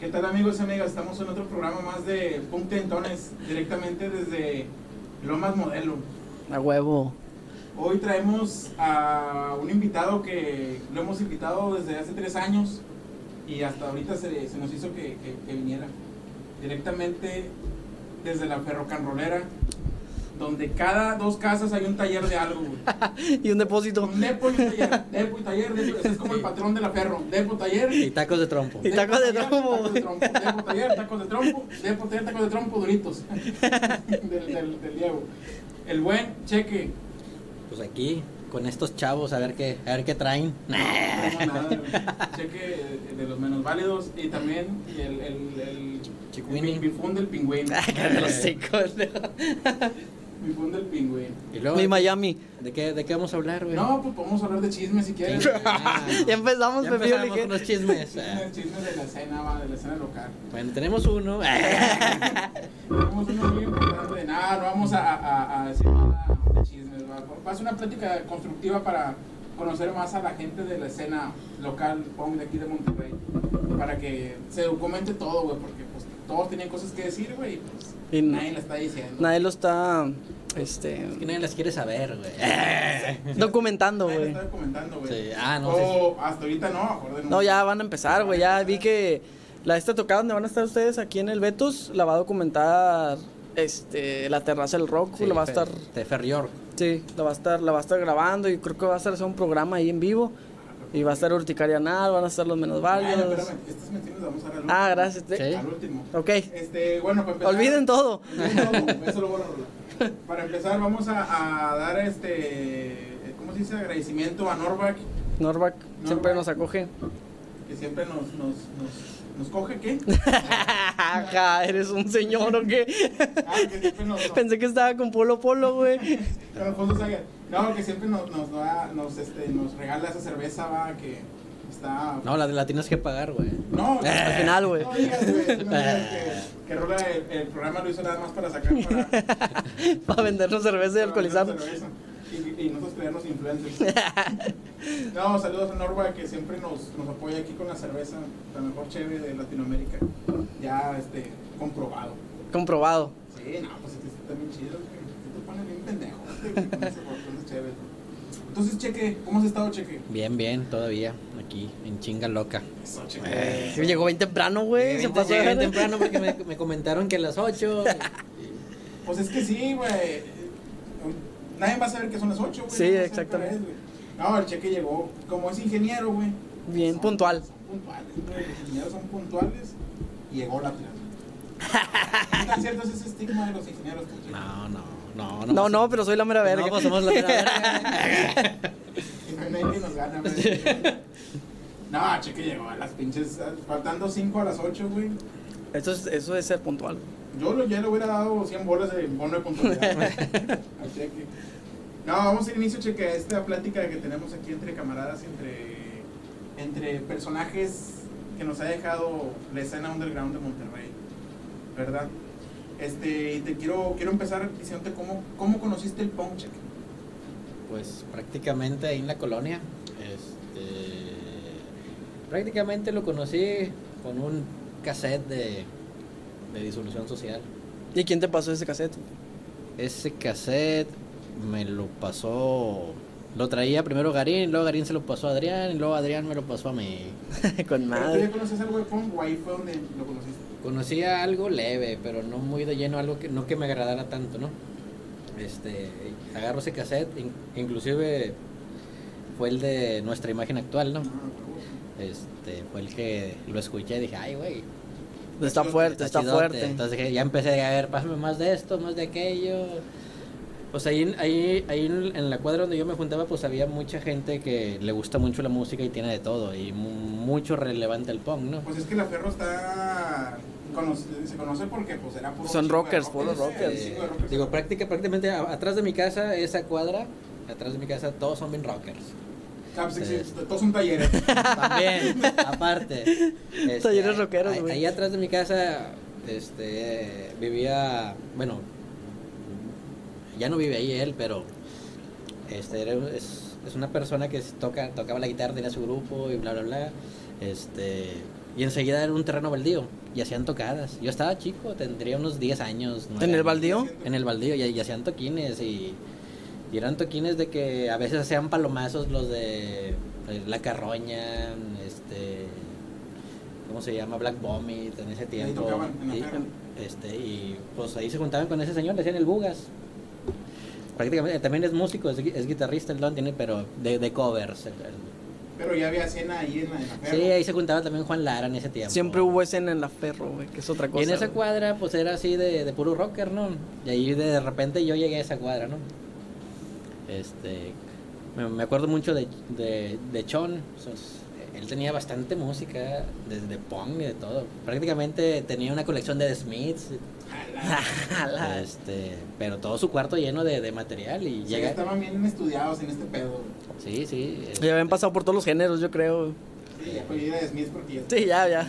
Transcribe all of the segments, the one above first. ¿Qué tal amigos y amigas? Estamos en otro programa más de Punk Tentones, directamente desde Lomas Modelo. A huevo. Hoy traemos a un invitado que lo hemos invitado desde hace tres años y hasta ahorita se, se nos hizo que, que- que viniera. Directamente desde la ferrocanrolera, donde cada dos casas hay un taller de algo. güey. Y un depósito. Un depo y un taller, depo y taller, depo- ese es como el patrón de la ferro, depo, taller Y tacos de trompo. Y tacos de trompo. Tacos de trompo. Depo taller, tacos de trompo. Depo taller, tacos de trompo duritos. Del, del, del Diego. El buen cheque. Pues aquí, con estos chavos, a ver qué, a ver qué traen. No, nada, cheque eh, de los menos válidos. Y también y el, el, el, Chicuini. el bifún del pingüino. Cállate los hocico, no. Bifún del pingüino. Y luego, Mi Miami. ¿de qué, de qué vamos a hablar, güey? No, pues podemos hablar de chismes si quieres. Sí. Ah, Ya empezamos, ya Pepe, empezamos yo le dije- con los chismes. Ah, Chismes, chismes de la escena, va, de la escena local. Bueno, tenemos uno. Ah, Tenemos uno muy importante de nada, no vamos a, a- a decir nada de chismes. Va va a ser una plática constructiva para conocer más a la gente de la escena local punk de aquí de Monterrey. Para que se documente todo, güey, porque pues, todos tenían cosas que decir, güey, y pues Y no- nadie la está diciendo. Nadie lo está este, que nadie las quiere saber, güey. Ah, documentando, Nadie la güey. está documentando, güey. Sí, ah, no, O hasta ahorita no, acuérdense. No, ya van a empezar, güey. Ya vi que la esta tocada donde van a estar ustedes aquí en el Betus la va a documentar este la terraza del rock, sí, la va a Fe- estar De Ferrior. sí, la va a estar la va a estar grabando y creo que va a estar hacer un programa ahí en vivo y va a estar Urticaria Anal, van a estar los menos Ay, no, válidos. espérame, estas mentiras las vamos a dar al último. Ah, gracias. Sí. Al último. Ok. Este, bueno, para empezar. Olviden todo. No, eso lo borro, Rola. Para empezar, vamos a, a dar este. ¿Cómo se dice? Agradecimiento a Norvac, Norvac siempre Norvac. nos acoge. que siempre nos, nos, nos, nos coge, ¿qué? Ajá, eres un señor o qué? Ah, que siempre nos. nos- Pensé que estaba con Polo Polo, güey. Don Alfonso Sayas. No, que siempre nos, nos, da, nos, este, nos regala esa cerveza, va, que está. No, la, la tienes que pagar, güey. No, Al final, güey. No digas, güey. no digas que, que Rola el, el programa lo hizo nada más para sacar para. Para vendernos cerveza y Para vender alcoholizarnos. cerveza. Y, y nosotros creernos influencers. no, saludos a Norwa que siempre nos, nos apoya aquí con la cerveza, la mejor chévere de Latinoamérica. Ya este, comprobado. Comprobado. Sí, no, pues es que está bien chido. que Te pone bien pendejo. este, que con ese- con esas chéves. Entonces, cheque, ¿cómo has estado, cheque? Bien, bien, todavía. Aquí, en chinga loca. Eso, Sí, cheque. Eh, Llegó bien temprano, güey. Se Llegué pasó de Eh. bien verga. temprano porque me, me comentaron que a las 8. Pues es que sí, güey. Nadie va a saber que son las 8, güey. Sí, nadie va a saber exactamente. qué hora es, güey. No, el cheque llegó. Como es ingeniero, güey. Bien Son- puntual. Son puntuales, güey, Los ingenieros son puntuales y llegó la plata. ¿Qué tan cierto es ese estigma de los ingenieros? Cacho? No, no, no, no. No, no, pero soy la mera verga. No, pues somos la mera verga. Que no hay nadie que nos gana, güey. No, cheque llegó a las pinches. Faltando 5 a las 8, güey. Eso es, eso es ser puntual. Yo lo- ya le hubiera dado 100 bolas de bono de puntualidad. güey, al cheque. No, vamos a inicio, cheque, a esta plática que tenemos aquí entre camaradas, entre, entre personajes que nos ha dejado la escena underground de Monterrey, ¿verdad? Este, y te quiero, quiero empezar diciéndote cómo, cómo conociste el punk, cheque. Pues prácticamente ahí en la colonia. Este, prácticamente lo conocí con un cassette de, de disolución social. ¿Y quién te pasó ese cassette? Ese cassette me lo pasó. Lo traía primero Garín, luego Garín se lo pasó a Adrián, y luego Adrián me lo pasó a mí. Con ¿Pero tú ya madre. conoces algo de punk o ahí fue donde lo conociste? Conocía algo leve, pero no muy de lleno, algo que no que me agradara tanto, ¿no? Este, agarro ese cassette, in- inclusive fue el de nuestra imagen actual, Ah, ¿no? Este, fue el que lo escuché y dije, ay, güey. Está fuerte, está chidote". fuerte. Entonces dije, ya empecé a ver, pásame más de esto, más de aquello. Pues ahí, ahí, ahí en en la cuadra donde yo me juntaba, pues había mucha gente que le gusta mucho la música y tiene de todo. Y mu- mucho relevante el punk, ¿no? Pues es que la Ferro está... cono- se conoce porque pues era puro Son chico de rockers, puro ese, rockers. chico Eh, de rockers. digo, práctica, prácticamente a- atrás de mi casa, esa cuadra, atrás de mi casa, todos son bien rockers. Ah, pues, sí, sí, todos son talleres. También, aparte. Este, Talleres rockeros, ahí- güey. Ahí atrás de mi casa este, vivía, bueno, ya no vive ahí él, pero este, era un- es, es una persona que toca, tocaba la guitarra, tenía su grupo y bla, bla, bla. Este, Y enseguida era un terreno baldío y hacían tocadas. Yo estaba chico, tendría unos 10 años. nueve ¿En el años. baldío? En el baldío y, y hacían toquines y, y eran toquines de que a veces hacían palomazos los de eh, La Carroña, este, ¿cómo se llama? Black Vomit en ese tiempo. tocaban, en la y, perra. este, y pues ahí se juntaban con ese señor, le hacían el Bugas. Prácticamente, eh, también es músico, es, gui- es guitarrista el don, tiene, pero de, de covers. el- el- Pero ya había cena ahí en la, en la perra. Sí, ahí se juntaba también Juan Lara en ese tiempo. Siempre hubo escena en la ferro, güey, que es otra Y cosa. en esa güey. cuadra, pues era así de, de puro rocker, ¿no? Y ahí de, repente yo llegué a esa cuadra, ¿no? Este. Me, me acuerdo mucho de, de, de Chon. sus- Él tenía bastante música, desde punk y de todo. Prácticamente tenía una colección de The Smiths. Ala. Este, pero todo su cuarto lleno de, de material. Y Sí, llega. estaban bien estudiados en este pedo. Sí, sí. eh, Ya habían pasado por todos los géneros, yo creo. Sí, ya podía ir a Smith porque ya Sí, ya, ya.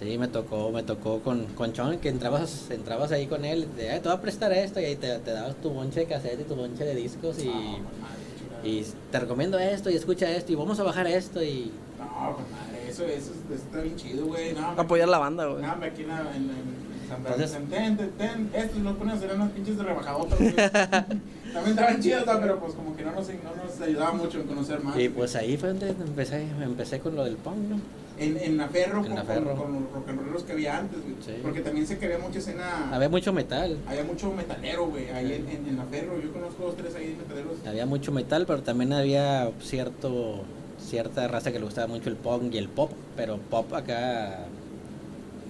Sí, me tocó, me tocó con, con Chon, que entrabas, entrabas ahí con él, de, "Ay, te voy a prestar esto, y ahí te, te dabas tu bonche de cassette y tu bonche de discos, y, Ah, No, con pues madre, chulada. y te recomiendo esto, y escucha esto, y vamos a bajar esto, y No, con madre, eso, eso, eso está bien chido, güey. No, hombre, Apoyar la banda, güey. No, hombre, aquí en, la- en, en San pues, Entonces- Francisco. Ten, ten, ten. Estos nos ponen a hacer unas pinches de rebajadotas, güey. También estaban chidas, ¿no? pero pues como que no nos, no nos ayudaba mucho en conocer más. y pues ahí fue donde empecé, empecé con lo del punk, ¿no? En, en la Ferro, En la con, Ferro. con los rock and rolleros que había antes, güey. Sí. Porque también sé que había mucha escena. Había mucho metal, Había mucho metalero, güey, ahí en, en, en la Ferro. Yo conozco dos, tres ahí de metaleros. había mucho metal, pero también había cierto, cierta raza que le gustaba mucho el punk y el pop, pero pop acá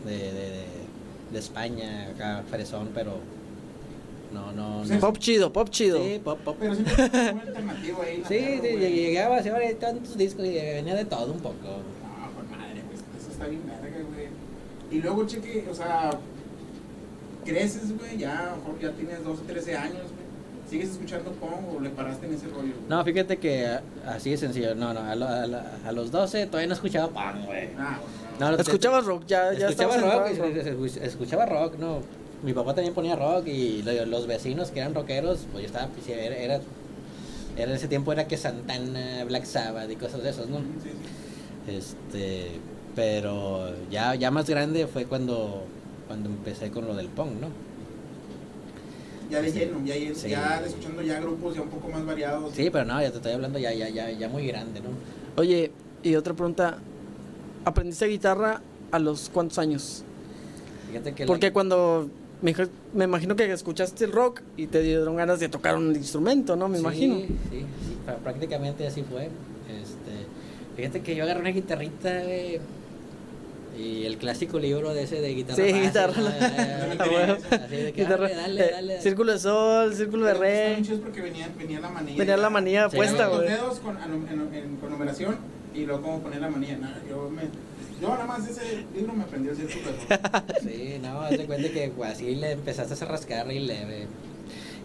de, de, de, de España, acá fresón, pero no, no, Sí, no. Pop chido, pop chido. Sí, pop, pop. Pero siempre fue un alternativo ahí. en la Sí, Ferro, sí, güey. llegaba, se iba tantos discos y venía de todo un poco. No, con madre, güey. Eso está bien verga, güey. Y luego, cheque, o sea, creces, güey, ya, a lo mejor ya tienes 12, 13 años, güey. ¿Sigues escuchando punk o le paraste en ese rollo? güey? No, fíjate que a- así de sencillo. No, no, a, lo- a la- a los 12 todavía no escuchaba punk, güey. Ah, bueno, No, no, te- Escuchabas rock, ya, ya escuchaba estabas rock, entrado en es- es- escuchaba rock, no. Mi papá también ponía rock y lo- los vecinos que eran rockeros, pues yo estaba, pues, era, era, era en ese tiempo era que Santana, Black Sabbath y cosas de esos, ¿no? Sí, sí. Este, pero ya, ya más grande fue cuando, cuando empecé con lo del punk, ¿no? Ya de lleno, ya, ya, Sí. ya escuchando ya grupos ya un poco más variados. Sí, pero no, ya te estoy hablando ya, ya, ya, ya muy grande, ¿no? Oye, y otra pregunta. ¿Aprendiste guitarra a los cuántos años? Fíjate que la- Porque cuando me, dijo- me imagino que escuchaste el rock y te dieron ganas de tocar un instrumento, ¿no? Me Sí, imagino. Sí, sí, pra- prácticamente así fue. Este, fíjate que yo agarré una guitarrita, güey, Y el clásico libro de ese de guitarra. Sí, base, guitarra. ¿no? Eh, Ah, bueno. así de que, Guitarra, dale, dale, eh, dale. Círculo de sol, círculo Pues de Pero estaban re. chidos porque venía, venía la manía. Tenía la ya. manía Sí, puesta, Los güey. dedos con, anu- en- en- con numeración y luego como poner la manía. Nada, yo, me, yo nada más ese libro me aprendí a hacer súper. Sí, no, haz de cuenta que güey, así le empezaste a rascar y leve.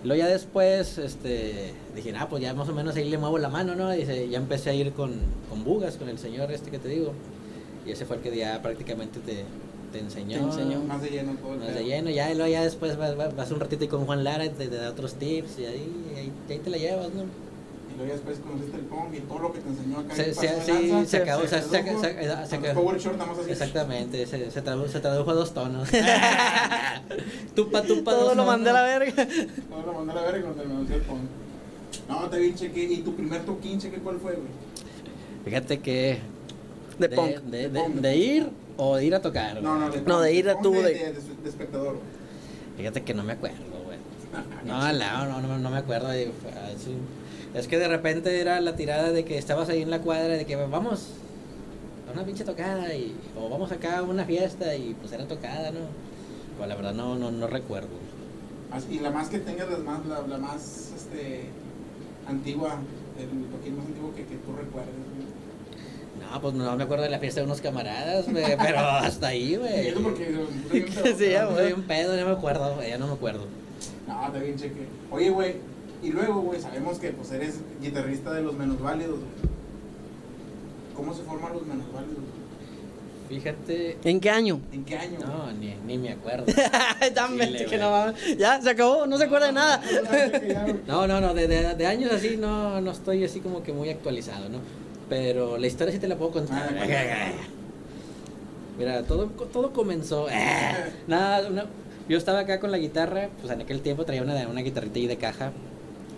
Y luego ya después, este, dije, ah, pues ya más o menos ahí le muevo la mano, ¿no? Dice, ya empecé a ir con, con Bugas, con el señor este que te digo. Y ese fue el que ya prácticamente te, te enseñó. Te enseñó. Más de lleno todo el Más pedo. de lleno, ya, y luego ya después vas, vas- vas un ratito ahí con Juan Lara y te, te da otros tips y ahí, y ahí, y ahí te la llevas, ¿no? Y luego ya después conociste el punk y todo lo que te enseñó acá. Se- y pasó se- de sí, lanza, se acabó, se- se- redujo. se- se- se A los acabó. Power short nada más así. Exactamente, se, se, tradu- se tradujo a dos tonos. tupa, tupa, Ah. Todo dos lo tonos. mandé a la verga. Todo lo mandó a la verga cuando terminó el punk. No, te bien cheque. ¿Y tu primer toquín cheque cuál fue, güey? Fíjate que... De punk. De, De de- punk. de ir o de ir a tocar. güey. No, de ir a punk tú, de, de- de, de- de espectador, güey. Fíjate que no me acuerdo, güey. No, no, no, no, no me acuerdo. y fue así. Es que de repente era la tirada de que estabas ahí en la cuadra, de que vamos a una pinche tocada, y, o vamos acá a una fiesta, y pues era tocada, ¿no? Pues la verdad no, no, no recuerdo. Así, Y la más que tengas, la más, la, la más este, antigua, el toquín más antiguo que, que tú recuerdes, güey. No, pues no me acuerdo de la fiesta de unos camaradas, güey, pero hasta ahí, Y güey. eso porque soy un pedo, Sí, ya, ¿no? No, soy un pedo, ya me acuerdo, güey, ya no me acuerdo. No, está bien cheque. Oye, güey, y luego, güey, sabemos que pues eres guitarrista de los menos válidos, güey. ¿Cómo se forman los menos válidos? güey? Fíjate. ¿En qué año? ¿En qué año? No, ni, ni me acuerdo. Dame, Chile, que güey. no mames. Ya, se acabó, no se acuerda de nada. No, no, no, de, de- de años así no, no estoy así como que muy actualizado, ¿no? Pero la historia sí te la puedo contar. Ah, Mira, todo, todo comenzó. ¡Ah! Nada, una- yo estaba acá con la guitarra, pues en aquel tiempo traía una, una guitarrita ahí de caja,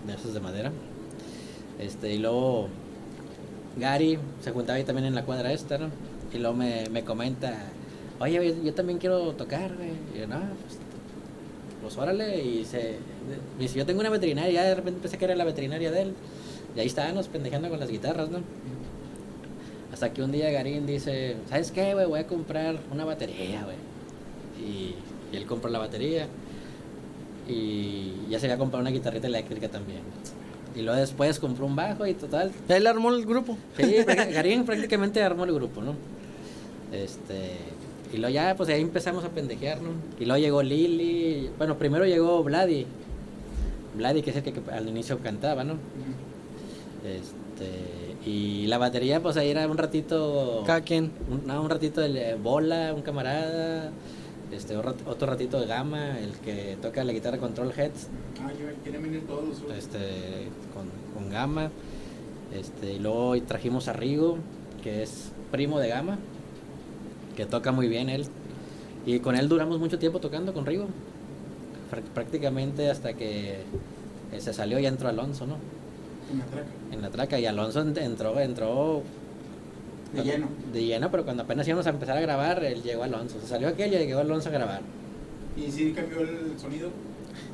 de esas de madera. Este, y luego Gary se juntaba ahí también en la cuadra esta, ¿no? Y luego me, me comenta, oye, güey, yo, también quiero tocar, güey. Y yo, no, pues, pues órale. Y se, me dice, yo tengo una veterinaria, ya de repente pensé que era la veterinaria de él. Y ahí estábamos pendejando con las guitarras, ¿no? Hasta que un día Garín dice, ¿sabes qué, güey? Voy a comprar una batería, güey. Y, y él compra la batería. Y ya se había comprado una guitarrita eléctrica también. Y luego después compró un bajo y total. Él armó el grupo. Sí, prácti- Garín prácticamente armó el grupo, ¿no? Este... Y luego ya, pues ahí empezamos a pendejear, ¿no? Y luego llegó Lili. Bueno, primero llegó Vladi. Vladi, que es el que, que al inicio cantaba, ¿no? Este... Y la batería, pues ahí era un ratito... Cada quien. Un, no, un ratito de eh, bola, un camarada, este, un rat- otro ratito de gama, el que toca la guitarra control heads, Ah, yo quieren venir todos los otros. este, con, con gama, este, y luego hoy trajimos a Rigo, que es primo de gama, que toca muy bien él, y con él duramos mucho tiempo tocando con Rigo, Prá- prácticamente hasta que eh, se salió y entró Alonso, ¿no? que me atraca. En la traca, y Alonso ent- entró, entró De lleno. de lleno, pero cuando apenas íbamos a empezar a grabar, él llegó Alonso. Se salió aquel y llegó Alonso a grabar. Y sí cambió el sonido.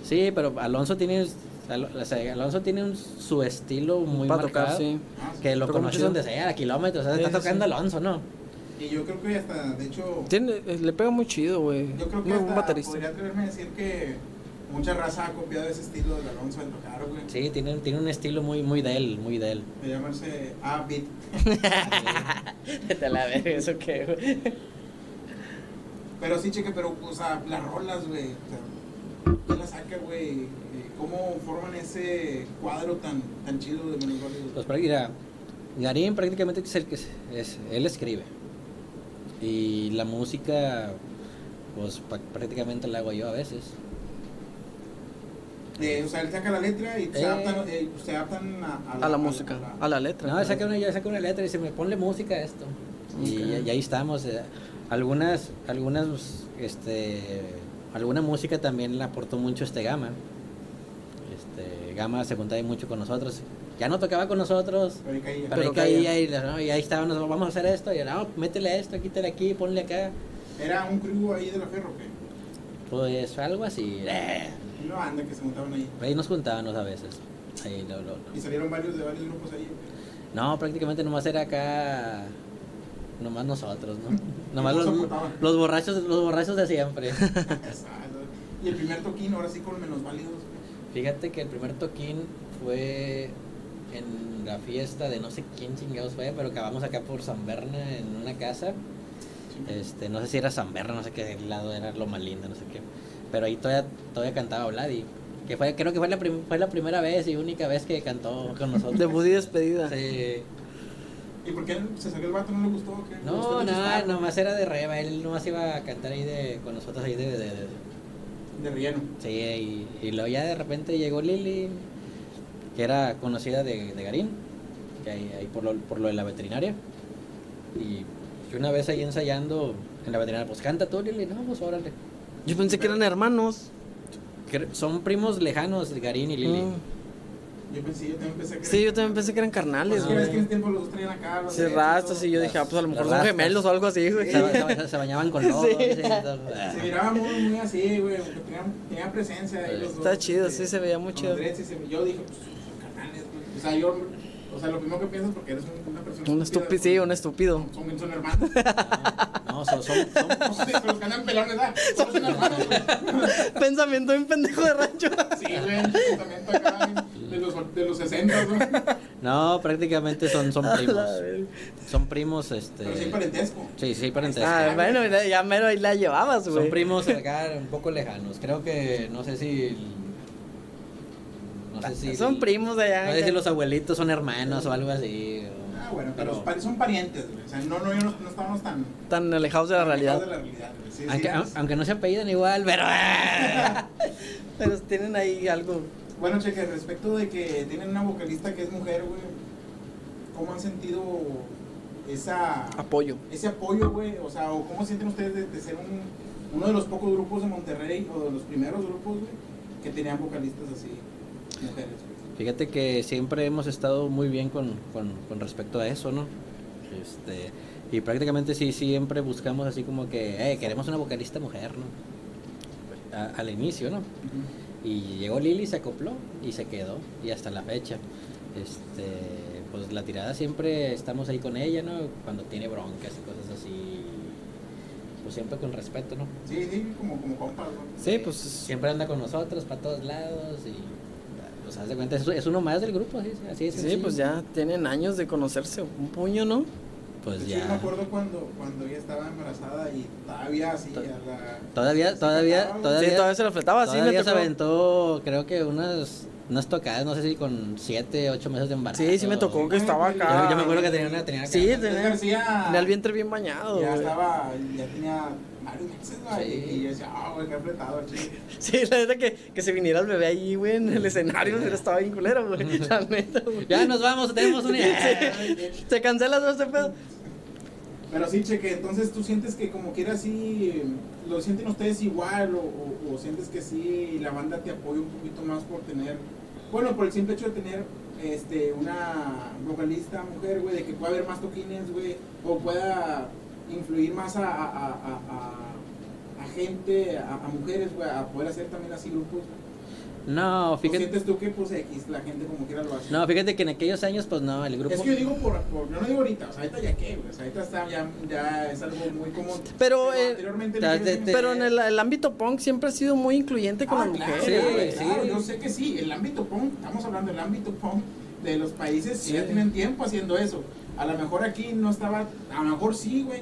Sí, pero Alonso tiene, Al- o sea, Alonso tiene un, su estilo muy para marcado. tocar, sí. Ah, sí. Que lo Toca muy conoces chido. donde sea, a kilómetros. O sea, Sí, está sí, tocando sí. Alonso, ¿no? Y yo creo que hasta, de hecho, Tiene- eh, le pega muy chido, güey. yo creo Muy que buen hasta baterista. podría atreverme a decir que mucha raza ha copiado ese estilo del Alonso de tocar, güey. Sí, tiene, tiene un estilo muy, muy de él, muy de él. De llamarse A-Beat. Te la verga, eso qué, güey. Pero sí, cheque, pero, o sea, las rolas, güey. O sea, ¿Quién las saca, güey? Eh, ¿Cómo forman ese cuadro tan, tan chido de Menos Válidos? Pues pra- mira, Garín prácticamente es el que es, es- él escribe. Y la música, pues pa- prácticamente la hago yo a veces. Eh, o sea, él saca la letra y se Eh. adaptan, eh, se adaptan a, A la música, a la letra. No, saca una, yo saqué una letra y se me ponle música a esto. Y, Ok. y ahí estamos. eh, Algunas, algunas, pues, este, alguna música también la aportó mucho este Gama. Este, Gama se juntaba ahí mucho con nosotros. Ya no tocaba con nosotros, Pero ahí caía. pero, Pero ahí caía caía. y, ¿no? y ahí estábamos, vamos a hacer esto. Y era, "No, métele esto, quítale aquí, ponle acá. Era un crew ahí de la ferro, que Pues algo así. eh. una banda que se montaban ahí. Ahí nos juntábamos a veces. Ahí, lo- lo- Y salieron varios de varios grupos ahí. No, prácticamente nomás era acá. Nomás nosotros, ¿no? Nomás No los, soportaban. los borrachos, los borrachos de siempre. y el primer toquín, ahora sí con menos válidos. Fíjate que el primer toquín fue en la fiesta de no sé quién chingados fue, pero acabamos acá por San Berna en una casa. Este, no sé si era San Berna, no sé qué lado era Loma Linda, no sé qué. Pero ahí todavía, todavía cantaba Vladi. Que fue, creo que fue la, prim- fue la primera vez y única vez que cantó con nosotros. Debut y despedida. Sí. ¿Y por qué se salió el vato? ¿No le gustó? ¿Qué? No, ¿Usted le no, gustaba? nomás era de reba, él nomás iba a cantar ahí de, con nosotros ahí de... de- de- De relleno. sí, y, y luego ya de repente llegó Lili, que era conocida de, de Garín, que ahí, ahí por, lo, por lo de la veterinaria. Y yo una vez ahí ensayando en la veterinaria, pues canta tú Lili, no, pues órale. Yo pensé que eran hermanos. Cre- Son primos lejanos Garín y Lili. Mm. Yo pensé, yo también pensé que. Sí, yo también pensé que eran carnales, Pues, ¿sí ves que en güey. ese tiempo los traían acá. los Se derechos, rastas todo? y yo las- dije, ah, pues a lo las mejor son rastas. gemelos o algo así, güey. Se, ba- se ba- se bañaban con lodo. Sí. sí, todo. Se miraba muy, muy así, güey. porque Tenían, tenían presencia ahí los Está dos, chido, este, sí, se veía muy con chido. Andrés y se- yo dije, pues, son carnales, güey. O sea, yo. O sea, lo primero que piensas porque eres un- una persona. Un estúpido, sí, un estúpido. Son, son, son hermanos. No, son, son- son- No sé, pero los que andan pelones, ¿verdad? Son son hermanos, güey. Pensamiento de un pendejo de rancho. Sí, güey. Pensamiento acá güey, de los, de los 60, güey. no, prácticamente son, son primos. A ver. Son primos, este... Pero sí, hay parentesco. Sí, sí, parentesco. Ah, güey. bueno, ya- ya mero ahí la llevabas, Son güey. primos acá un poco lejanos. Creo que no sé si. el- No sé si. Son primos de allá. No sé si los abuelitos son hermanos o algo así. o- Ah, bueno, pero los pari- son parientes, güey. O sea, no, no, yo no, no estamos tan. Tan alejados de la De realidad. la realidad, güey. Sí, sí, aunque, es- aunque no se apellidan igual, pero. ¡ah! Pero tienen ahí algo. Bueno, cheque, respecto de que tienen una vocalista que es mujer, güey, ¿cómo han sentido esa, Apoyo. ese apoyo, güey? O sea, o ¿cómo sienten ustedes de, de ser un- uno de los pocos grupos de Monterrey o de los primeros grupos, güey, que tenían vocalistas así, mujeres, güey? Fíjate que siempre hemos estado muy bien con, con- con respecto a eso, ¿no? Este, y prácticamente sí, siempre buscamos así como que, eh, queremos una vocalista mujer, ¿no? A- al inicio, ¿no? Y llegó Lili, se acopló y se quedó, y hasta la fecha. Este, pues la tirada siempre estamos ahí con ella, ¿no? Cuando tiene broncas y cosas así, pues siempre con respeto, ¿no? Sí, sí, como, como compas, güey. Sí, pues. Siempre anda con nosotros para todos lados y, pues, haz de cuenta, es, es uno más del grupo, así, así es. Sí, pues ya tienen años de conocerse. Un puño, ¿no? Pues De hecho, Yo me ya. acuerdo cuando, cuando ella estaba embarazada y todavía así, a la... Todavía, todavía, Sí, todavía. todavía se la fletaba, sí, me todavía se tocó. aventó, creo que unas, unas tocadas, no sé si con 7, 8 meses de embarazo. Sí, sí me tocó que estaba acá. Yo, yo me acuerdo que tenía una. Tenía Sí, acá. Andrés tenía- García... Tenía el vientre bien bañado, Ya güey. estaba, ya tenía varios meses, güey. Sí. Y yo decía, ah, güey, qué apretado, chido. Sí, la neta que, que se viniera el bebé ahí, güey, en el escenario, pero estaba bien culero, güey. La neta, güey. Ya nos vamos, tenemos una. Se cancela todo este pedo. Pero sí, cheque, entonces tú sientes que como quiera así, lo sienten ustedes igual, o, o- o sientes que sí, la banda te apoya un poquito más por tener, bueno, por el simple hecho de tener este una vocalista mujer, güey, de que pueda haber más toquines, güey, o pueda influir más a, a, a, a- a- a gente, a, a mujeres, güey, a poder hacer también así grupos. No, ¿O fíjate. sientes tú que, pues, X, la gente como quiera lo hace? No, fíjate que en aquellos años, pues no, el grupo. Es que yo digo por, por- yo no digo ahorita, o sea, ahorita ya qué, güey, o sea, ahorita está, ya, ya es algo muy común. Pero, eh, anteriormente te- no te- sé- te- Pero en el, el ámbito punk siempre ha sido muy incluyente con Ah, las claro, mujeres, güey, güey. sí. claro, yo sé que sí, el ámbito punk, estamos hablando del ámbito punk de los países que ya Sí. tienen tiempo haciendo eso. A lo mejor aquí no estaba, a lo mejor sí, güey,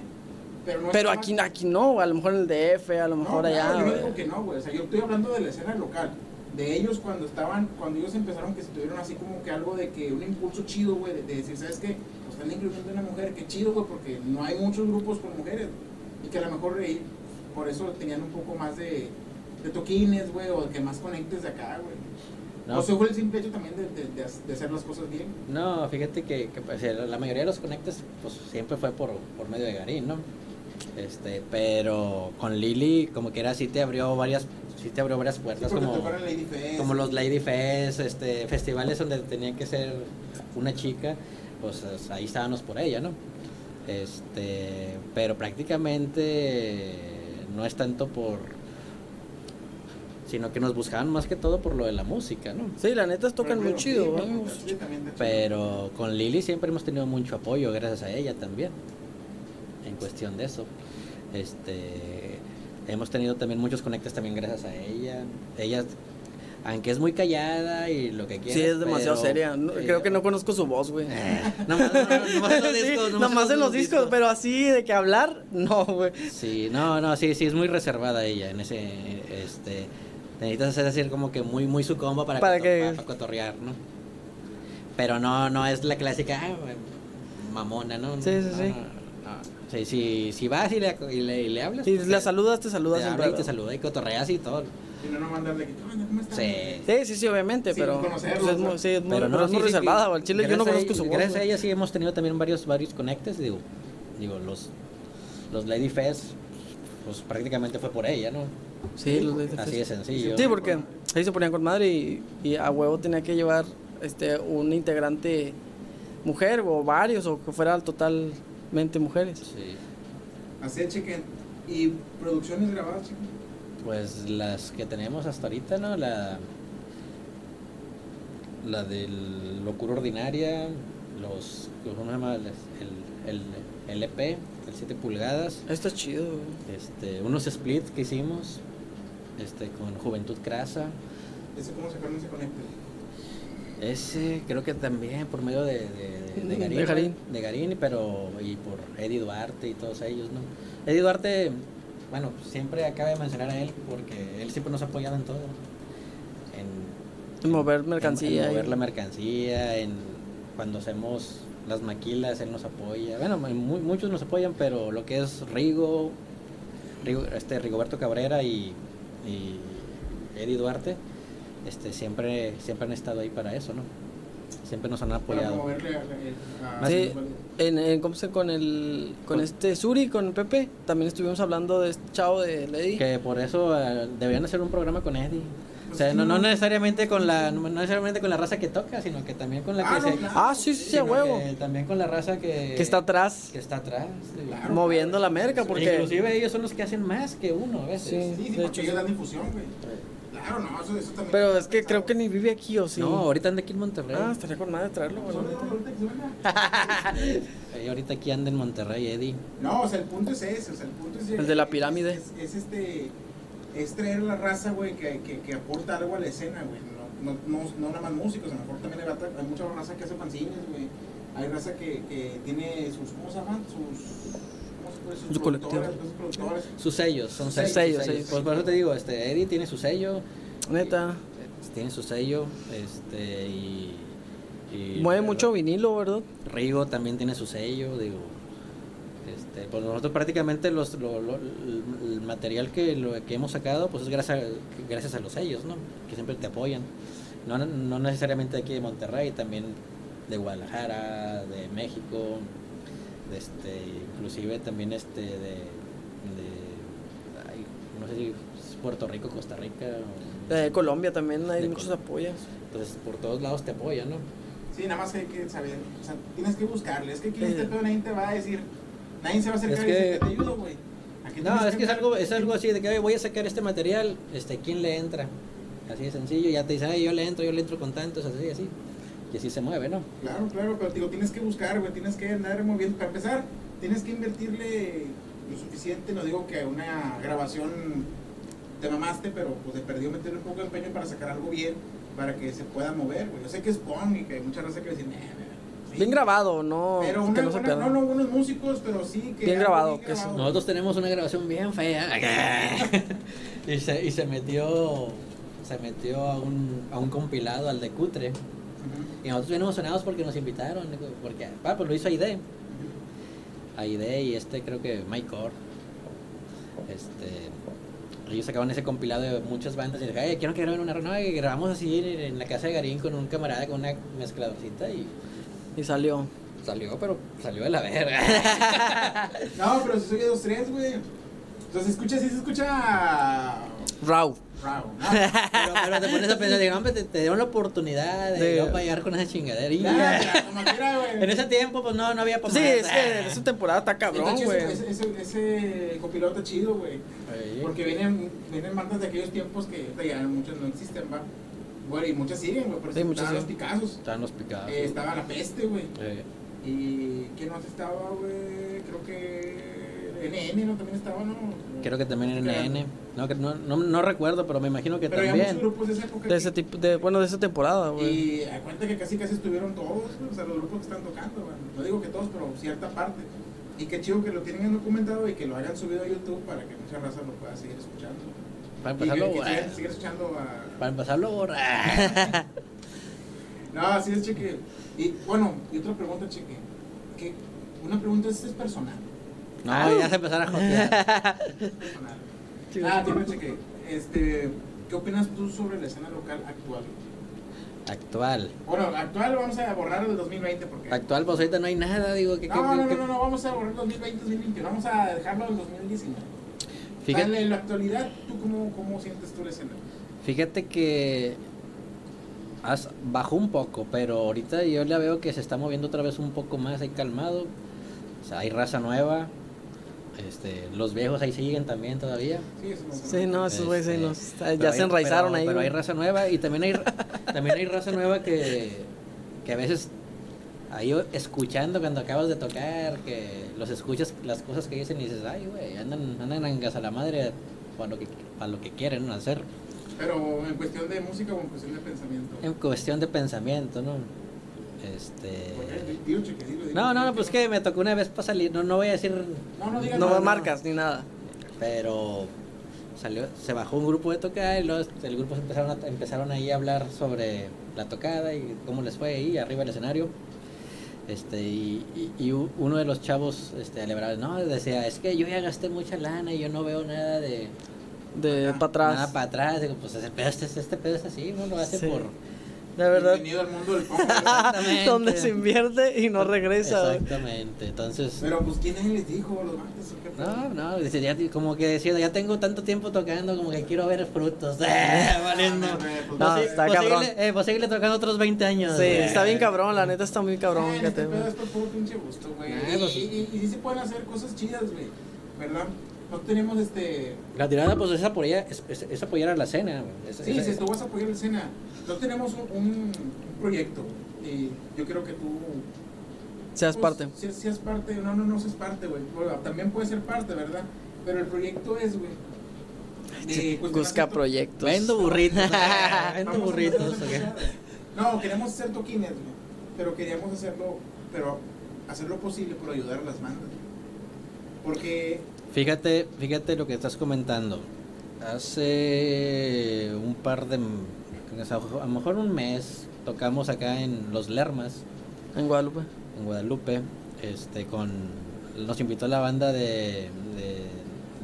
pero no Pero estaba- aquí, aquí no, a lo mejor en el DF, a lo No, mejor claro, allá, Yo no güey. digo que no, güey, o sea, yo estoy hablando de la escena local, de ellos cuando estaban, cuando ellos empezaron que se tuvieron así como que algo de que un impulso chido, güey, de, de decir, ¿sabes qué? Pues están incluyendo a una mujer, qué chido, güey, porque no hay muchos grupos con mujeres, y que a lo mejor eh, por eso tenían un poco más de, de toquines, güey, o que más conectes de acá, güey. No. O sea, fue el simple hecho también de, de, de hac- de hacer las cosas bien. No, fíjate que, que, pues, el- la mayoría de los conectes pues, siempre fue por, por medio de Garín, ¿no? Este, pero con Lili como que era sí te abrió varias sí te abrió varias Sí, puertas porque como, tocaron Lady Fest. como los Lady Fest, este, festivales donde tenía que ser una chica, pues es- ahí estábamos por ella, ¿no? Este, pero prácticamente no es tanto por sino que nos buscaban más que todo por lo de la música, ¿no? Sí, la neta tocan muy Pero, chido, sí, güey. pero, sí, también está chido. Pero con Lili siempre hemos tenido mucho apoyo, gracias a ella también, en cuestión de eso. Este, hemos tenido también muchos conectes también gracias a ella. Ella, aunque es muy callada y lo que quiera. eh, Sí, es demasiado seria. No, creo que no conozco su voz, güey. nomás, no, no, Eh, nomás en los Sí, discos, nomás nomás en los discos, pero así de que hablar, no, güey. Sí, no, no, sí, sí, es muy reservada ella en ese, este, necesitas hacer así como que muy, muy su comba para, Para cotor- que- para- para cotorrear, ¿no? Pero no, no es la clásica ah, mamona, ¿no? Sí, sí, No, sí. no, no. Sí, sí, si vas y le, y le, y le hablas. Si pues, la te- saludas, te te saludas habla siempre. y te ¿verdad? saluda y cotorreas y todo. Y no, no mandarle que, "Oye, ¿cómo estás?" Sí. Sí, sí, sí, obviamente, Sin pero. pues, conocerlos, es güey. muy, sí, es muy, Pero no, pero es sí, muy sí, reservada, sí. güey. Al Chile yo no Gracias a conozco ella- su voz. Gracias a güey. ella sí hemos tenido también varios, varios conectes, digo, digo, los, los Lady Fest, pues prácticamente fue por ella, ¿no? Sí, los de- Así de sencillo. Sí, porque ahí se ponían con madre y, y a huevo tenía que llevar este un integrante mujer o varios o que fueran totalmente mujeres. Sí. Así es, chequen. Y producciones grabadas, chequen. Pues las que tenemos hasta ahorita, ¿no? La, la de Locura Ordinaria, los, ¿cómo se llama? El, el, el EP, el 7 pulgadas, Esto es chido. güey. este, unos splits que hicimos este, con Juventud Crasa. Ese cómo sacaron ese conector. Ese creo que también por medio de, de, De de Garín. Garín. de Garín, pero y por Eddie Duarte y todos ellos, ¿no? Eddie Duarte, bueno, siempre acaba de mencionar a él porque él siempre nos ha apoyado en todo. En, En mover en- mercancía En, mover y- la mercancía, en cuando hacemos las maquilas, él nos apoya. Bueno, mu- muchos nos apoyan, pero lo que es Rigo, Rigo- este, Rigoberto Cabrera y, y Eddie Duarte, este, siempre, siempre han estado ahí para eso, ¿no? Siempre nos han Para apoyado. moverle a la- a- Pues a- Sí, en, en ¿cómo se llama? con el con este Suri, con Pepe, también estuvimos hablando de este chavo de Lady. Que por eso eh, deberían hacer un programa con Eddie. O sea, Pues no, sí. no necesariamente con la no necesariamente con la raza que toca, sino que también con la que Ah, no, se- claro. Ah, sí, sí, sí, a sino huevo. que también con la raza que Que está atrás, que está atrás. sí. Claro. moviendo la merca, porque Inclusive ellos son los que hacen más que uno a veces. Sí, sí, de porque hecho, ellos sí. dan difusión, güey. Claro, no, eso, eso también. pero es que creo que ni vive aquí o sí. No, ahorita anda aquí en Monterrey. ah, estaría con madre traerlo, güey, la Solo neta. ahorita que suena. Eh, ahorita aquí anda en Monterrey, Eddie. No, o sea, el punto es ese, o sea, el punto es... El de la pirámide. Es, es este, es traer la raza, güey, que, que, que aporta algo a la escena, güey. No, no, no, no nada más músicos, a lo mejor también hay, bata- hay mucha raza que hace pancillas, güey. Hay raza que, que tiene sus, ¿cómo se llaman? Sus... ¿Cómo se puede? Sus Su colectivo. productoras, sus productoras. Sus sellos, son Sus sellos. sellos, sus sellos. Pues por eso te digo, este Eddie tiene su sello, Neta. tiene su sello, este y, y- Mueve mucho vinilo, ¿verdad? Rigo también tiene su sello, digo. Este, pues nosotros prácticamente los, lo- lo- el material que, lo, que hemos sacado pues es gracias a, gracias a los sellos, ¿no? Que siempre te apoyan. No, no necesariamente aquí de Monterrey, también de Guadalajara, de México, de este, inclusive también este de, de- ay, no sé si es Puerto Rico, Costa Rica. o- De Colombia también hay De muchos Colombia. apoyos. Entonces por todos lados te apoyan, ¿no? Sí, nada más hay que saber, o sea, tienes que buscarle. Es que aquí en Sí. este pedo nadie te va a decir, nadie se va a acercar Es y decir que- que te ayudo, güey. Aquí No, tienes es que es algo, es algo así de que "Oye, voy a sacar este material, este, ¿quién le entra? Así de sencillo, ya te dicen, "Ay, yo le entro, yo le entro con tantos, así, así. Y así se mueve, ¿no? Claro, claro, pero digo, tienes que buscar, güey, tienes que andar moviendo. Para empezar, tienes que invertirle lo suficiente, no digo que a una grabación te mamaste, pero pues de perdido meterle un poco de empeño para sacar algo bien, para que se pueda mover, güey. Yo sé que es punk y que hay mucha raza que dicen, eh, eh, sí". Bien grabado, no Pero que una, no se buena- pierda. no, no, buenos músicos, pero sí que. Bien algo grabado, que sí. güey. Nosotros tenemos una grabación bien fea. y, se, y se metió, se metió a un, a un compilado, al de Cutre. Ujú, Y nosotros bien emocionados porque nos invitaron, porque, ah, pues lo hizo Aide. ujú. Aide y este creo que Mike Core. Este, ellos sacaban ese compilado de muchas bandas y dije, ay, quiero que graben una rola. No, y grabamos así en, en la casa de Garín con un camarada con una mezcladorcita y Y salió. salió, pero salió de la verga. No, pero si soy de dos, tres, güey. Entonces escucha, sí se escucha. Raw. Bravo, ¿no? pero, pero te pones a pensar, digo, "No, hombre, te, te dieron la oportunidad De- de no fallar con esa chingadería. Claro, como quiera, güey. En ese tiempo, pues no, no había Sí, pomada. es que esa temporada está cabrón, Está chido güey. Ese, ese, ese copiloto chido, güey. Oye, Porque vienen, vienen bandas de aquellos tiempos que ahorita ya muchas no existen, va. Güey, y muchas siguen, güey. Por Sí, Ah, ejemplo, muchas estaban los siguen. Picassos. Estaban los picados. eh, estaba la peste, güey. Eh, Y ¿quién más estaba, güey? Creo que NN, ¿no? También estaba, ¿no? creo que también en NN. No, que no, no, no recuerdo, pero me imagino que Pero había muchos también. grupos de esa época. De ese tipo, de, bueno, de esa temporada, güey. Y a cuenta que casi casi estuvieron todos, güey, o sea, los grupos que están tocando, güey. no digo que todos, pero cierta parte. Y qué chido que lo tienen documentado y que lo hayan subido a YouTube para que mucha raza lo pueda seguir escuchando. Para Y empezarlo, que, que bueno. sigan- sigan escuchando a... Para empezarlo, borrar. No, así es, cheque. Y bueno, y otra pregunta, cheque. Que una pregunta este es, es personal. No, ya se empezar a jotear. personal. Ah, dime, cheque. Este, ¿Qué opinas tú sobre la escena local actual? Actual. Bueno, actual vamos a borrar el 2020 porque... Actual, pues ahorita no hay nada, digo que. que- No, no, que- no, no, no, vamos a borrar 2020, 2021, vamos a dejarlo en 2019. Fíjate, Dale, en la actualidad, ¿tú cómo, cómo sientes tú la escena? fíjate que. has- bajó un poco, pero ahorita yo la veo que se está moviendo otra vez un poco más, ahí calmado. O sea, hay raza nueva. Este, los viejos ahí siguen también todavía. Sí, eso me gusta. Sí, no, esos güeyes ahí Este, nos- Pero ya hay- se enraizaron pero- ahí. Pero hay güey. raza nueva y también hay, también hay raza nueva que, que a veces ahí escuchando cuando acabas de tocar, que los escuchas las cosas que dicen y dices, ay, güey, andan, andan en casa la madre para lo que, para lo que quieren hacer. Pero en cuestión de música o en cuestión de pensamiento. En cuestión de pensamiento, ¿no? Este... Porque, digo, cheque, digo, digo, No, no, no, cheque, pues que me tocó una vez para salir, no, no voy a decir, No, no digas No nada, marcas ni nada. pero salió, se bajó un grupo de tocar y luego el grupo se empezaron, a, empezaron ahí a hablar sobre la tocada y cómo les fue ahí arriba del escenario. Este, y, y- y u- uno de los chavos este, alebraba, no, decía, es que yo ya gasté mucha lana y yo no veo nada de De Ajá. para atrás. nada para atrás. Digo, pues ese pedo, este, este pedo es así, uno lo hace Sí. por La verdad. Bienvenido al mundo del punk. Exactamente. Donde se invierte y no regresa. güey. Exactamente, entonces... Pero pues quién les dijo los martes o qué pedo? No, no, dice, ya, como que decía, ya tengo tanto tiempo tocando, como que quiero ver frutos. Eh, valiendo. Ah, güey, pues, No, sé. está Posible- cabrón. Eh, posible tocando otros 20 años. Sí, eh. está bien cabrón, la neta está muy cabrón. Ay, este fíjate, pedo güey. es por puro pinche gusto, güey. Ah, pues- y, y, y sí se pueden hacer cosas chidas, güey. ¿Verdad? No tenemos este. La tirada, pues, es apoyar, es, es- es apoyar a la cena. güey. Es- Sí, es- si tú vas a apoyar la escena, no tenemos un, un- un proyecto. Y yo creo que tú. Seas pues, parte. Si, si es parte, no, no, no seas parte, güey. Bueno, También puede ser parte, ¿verdad? Pero el proyecto es, güey. de cuestionar Busca cierto- proyectos. Vendo burritos. eh, Vendo Vamos a hacer burritos. otras ok. cosas. No, queríamos hacer toquines, güey, pero queríamos hacerlo, pero hacer lo posible por ayudar a las bandas. güey. Porque Fíjate, fíjate lo que estás comentando. Hace un par de... m- A lo mejor un mes tocamos acá en Los Lermas. En Guadalupe. en Guadalupe, este, con nos invitó la banda de, de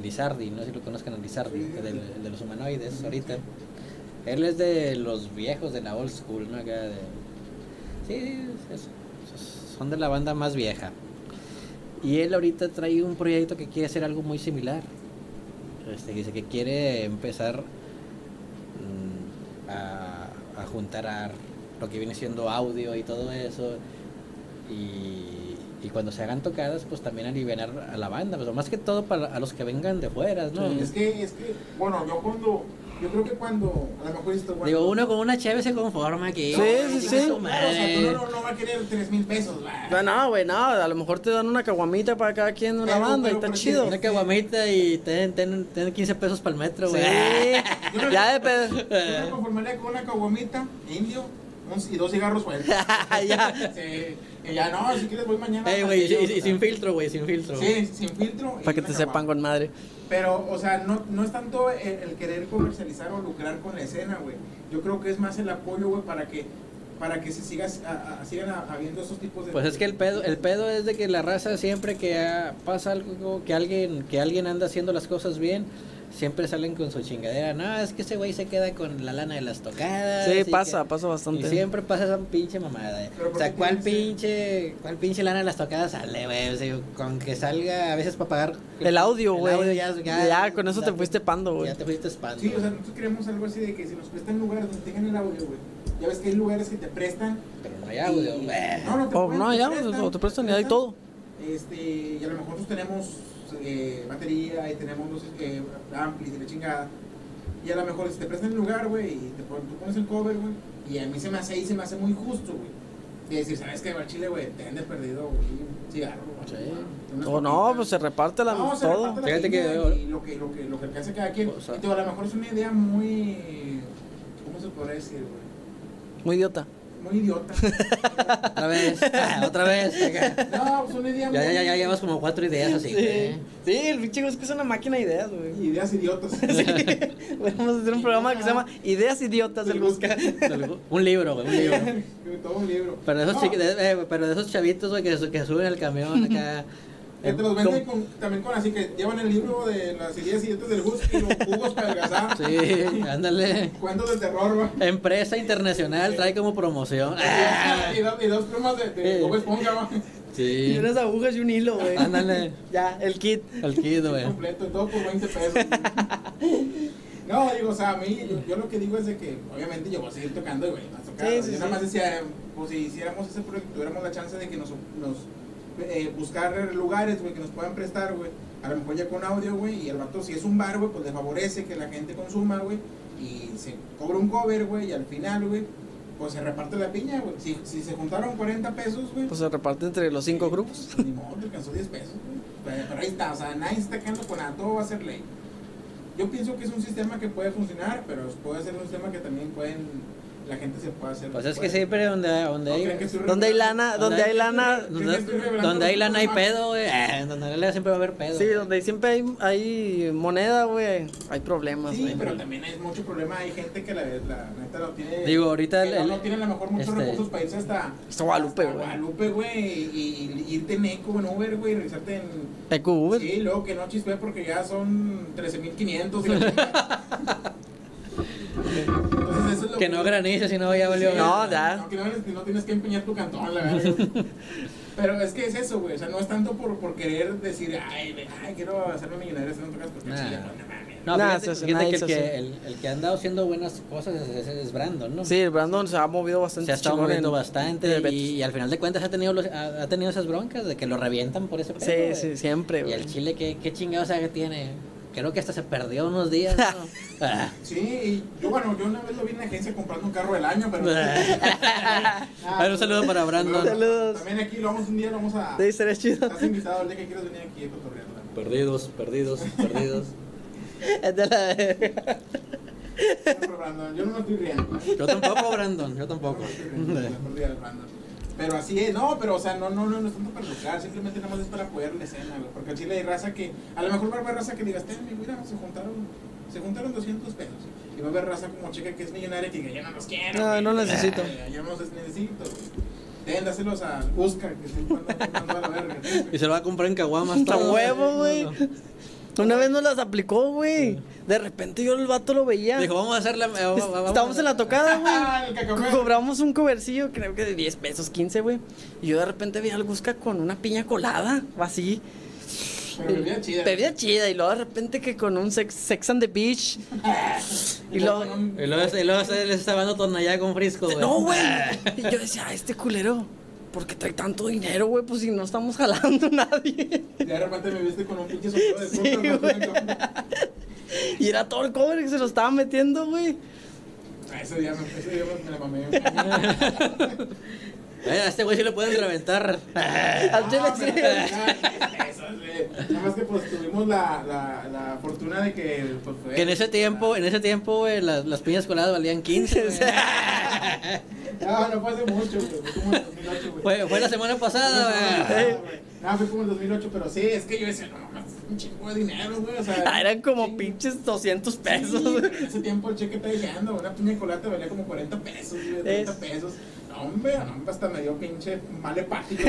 Lizardi, no sé si lo conozcan a Lizardi, Sí. del- el de los humanoides ahorita. Él es de los viejos de la old school, ¿no? Acá de- sí, es- es- son de la banda más vieja. Y él ahorita trae un proyecto que quiere hacer algo muy similar. Este, dice que quiere empezar mm, a, a juntar a lo que viene siendo audio y todo eso. Y, y cuando se hagan tocadas, pues también aliviar a la banda, pero más que todo para a los que vengan de fuera, ¿no? Sí. es que, es que, bueno, yo cuando, yo creo que cuando, a lo mejor esto, bueno, Digo, uno con una chévere se conforma aquí. Sí, sí, no, sí. no, no, o sea, tú no, no, no va a querer 3 mil pesos, va. No, Ah, no, güey, no, a lo mejor te dan una caguamita para cada quien de una Pero, banda y pero, está pero chido. Una caguamita y ten, ten, ten 15 pesos para el metro, güey. Sí, ya de pedo. Yo me conformaría con una caguamita, indio, un- y dos cigarros sueltos. ya. Sí, y ya no, si quieres voy mañana. Ey, Eh, güey, y, y- y sin filtro, güey, sin filtro. Sí, sin filtro. y Para que una te caguama. sepan con madre. Pero, o sea, no, no es tanto el, el querer comercializar o lucrar con la escena, güey. Yo creo que es más el apoyo, güey, para que, para que se sigas, a- a- sigan a- habiendo esos tipos de... Pues es que el pedo, el pedo es de que la raza siempre que ah, pasa algo, que alguien, que alguien anda haciendo las cosas bien, siempre salen con su chingadera. No, es que ese güey se queda con la lana de las tocadas. Sí, y pasa, que- pasa Y bastante. siempre pasa esa pinche mamada. eh. Pero O sea, ¿por qué ¿cuál tienen pinche, ¿cuál pinche lana de las tocadas sale, güey? O sea, con que salga a veces para pagar. El audio, el güey. ya, Ya, con eso ya te fuiste pando, güey. Ya te fuiste espando. Sí, o sea, nosotros queremos algo así de que si nos prestan lugares donde tengan el audio, güey. Ya ves que hay lugares que te prestan... Pero no hay audio, y- güey. No, pues no, te O pueden- Oh, no, te ya, pues, o te prestan y hay todo. Este, y a lo mejor nosotros tenemos eh, batería y tenemos los eh, amplis y la chingada. Y a lo mejor si te prestan el lugar, güey, y te pon- tú pones el cover, güey. Y a mí se me hace ahí, se me hace muy justo, güey. De decir, ¿sabes qué? Al chile, güey, te han de perdido, güey, un cigarro. güey, Sí. unas O no, papitas". pues se reparte la, No, se todo. reparte la Fíjate que piña yo- Y lo que, lo que, lo que alcance cada quien. O sea- Y te digo, a lo mejor es una idea muy. ¿Cómo se podría decir, güey? Muy idiota. Muy idiota. Otra vez, ah, otra vez. acá. no, pues una idea muy. Ya, ya, ya, ya llevas como cuatro ideas así. güey. Sí, el pinche es que es una máquina de ideas, güey. Ideas idiotas. Vamos a hacer un programa que se llama Ideas Idiotas del Busca. Un libro, güey, un libro. Todo un libro. Pero de esos, No, chiqui- de- eh, pero de esos chavitos, güey, que, su- que suben al camión acá. Que te los eh, venden com- con- también con así que llevan el libro de las ideas siguientes del bus y los jugos para adelgazar. Sí, ándale. Cuentos de terror, va. Empresa internacional trae como promoción. Ah, Y dos, y dos plumas de, de Eh. Bob Esponja, va. Y Sí. unas agujas y un hilo, güey. Ándale. Ya, el kit. Al kid, güey. Completo, todo por 20 pesos. No, digo, o sea, a mí, yo, yo lo que digo es de que, obviamente, yo voy a seguir tocando, güey, a tocar. Sí, sí, yo nada sí. más decía, eh, pues si hiciéramos ese proyecto, tuviéramos la chance de que nos, nos eh, buscar lugares, güey, que nos puedan prestar, güey. A lo mejor ya con audio, güey, y el vato, si es un bar, güey, pues le favorece que la gente consuma, güey, y se cobra un cover, güey, y al final, güey, pues se reparte la piña, güey. Si, si se juntaron 40 pesos, güey. Pues se reparte entre los cinco grupos. Ni modo, te alcanzó 10 pesos, güey. Pero- Pero ahí está, o sea, nadie está quedando con nada, todo va a ser ley. Yo pienso que es un sistema que puede funcionar, pero puede ser un sistema que también pueden, la gente se puede hacer. Pues es que puede- siempre donde, donde ¿No hay. creen que estoy Donde hay revelando? lana, donde hay lana. Donde, donde hay lana hay pedo, güey. Ah, Donde hay lana siempre va a haber pedo. Sí, donde siempre hay, hay moneda, güey. Hay problemas, Sí, güey. pero también hay mucho problema, hay gente que la, la neta no tiene... Digo, ahorita que no, el- no tiene a lo mejor muchos este- recursos para irse hasta... Hasta Guadalupe, hasta güey. Guadalupe, güey, y, y irte en eco, en Uber, güey, y regresarte en... EQ Pues Uber. Sí, luego que no chispe porque ya son 13.500. y la chingada. Entonces, eso es lo lo Que no granice, si no ya valió. Sí, No, ya. No, que no, no tienes que empeñar tu cantón, la verdad. güey. Pero es que es eso, güey. O sea, no es tanto por, por querer decir, ay, güey, ay, quiero hacerme millonario haciendo tocas porque Nah. chile, pues, no mames. No, Nah, fíjate, eso- fíjate nah, que, el eso sí. que el, el que ha andado haciendo buenas cosas es, es- es Brandon, ¿no? Sí, el Brandon se ha movido bastante. Se ha estado chingón moviendo en- bastante en y, eventos. y al final de cuentas ha tenido los- ha, ha tenido esas broncas de que lo revientan por ese pedo. Sí, güey. sí, siempre, Y güey. el Chile, ¿qué, qué chingados que tiene? Creo que hasta se perdió unos días, ¿no? Ah, Sí, y yo, bueno, yo una vez lo vi en la agencia comprando un carro del año, pero. A ver, un saludo para Brandon. Saludos. También aquí lo vamos un día, lo vamos a. Sí, sería chido. Estás invitado el día que quieras venir aquí a cotorrear. ¿verdad? Perdidos, perdidos, perdidos. Es de la verga. Pero, Brandon, Yo no me estoy riendo. ¿eh? ¿no? Yo tampoco, Brandon, yo tampoco. Pero así es, no, pero o sea, no, no, no, no es tanto para lucrar, simplemente nada más es para apoyar la escena, güey, Porque al chile hay raza que, a lo mejor va a haber raza que digas, "Ten, mira, se juntaron, se juntaron 200 pesos. Y va a haber raza como chica que es millonaria que diga, yo no los quiero. No, güey, no necesito. ya, Yo no los necesito. güey. Ten, dáselos a Busca, que se mandan a la verga. Y se lo va a comprar en Caguamas. Está todo. huevo, güey. Una vez nos las aplicó, güey. De repente yo el vato lo veía. Dijo, vamos a hacer la. eh, va- va- vamos Estábamos a- en la tocada, Ah, el güey. cacahuate. Co- Cobramos un cobercillo, creo que de 10 pesos, 15, güey. Y yo de repente vi al Gusca con una piña colada, o así. Pero bebida chida. Bebida chida. Y luego de repente que con un sex, sex on the beach. Y luego- con un- Y luego, este, y luego se- les está dando tonallada con frisco, güey. No, güey. Y yo decía, "Ah, este culero, ¿por qué trae tanto dinero, güey? Pues si no estamos jalando nadie. Ya de repente me viste con un pinche sombrero de coca, Sí, güey. Y era todo el cover que se lo estaba metiendo, güey. Ah, Ese día me, ese día me, me la mamé. Eh, A este güey sí lo pueden reventar. Al chile Ah, sí. pero, ah, eso, sí. Nada más que pues tuvimos la, la, la fortuna de que pues, fue- Que en ese tiempo, en ese tiempo, güey, las, las piñas coladas valían 15. güey. No, no Ah, fue hace mucho, güey. Fue como en 2008, güey. Fue, fue la semana pasada, güey. No, güey. No, fue como en 2008, pero sí, es que yo decía, no, mames, es un chingo de dinero, güey. O sea, Ah, eran como chingo. pinches 200 Sí, pesos, pero güey. en ese tiempo el cheque está llegando, una piña de colate valía como 40 pesos, güey, 30 Es- pesos. No, hombre, no, hombre, hasta me dio pinche mal hepático.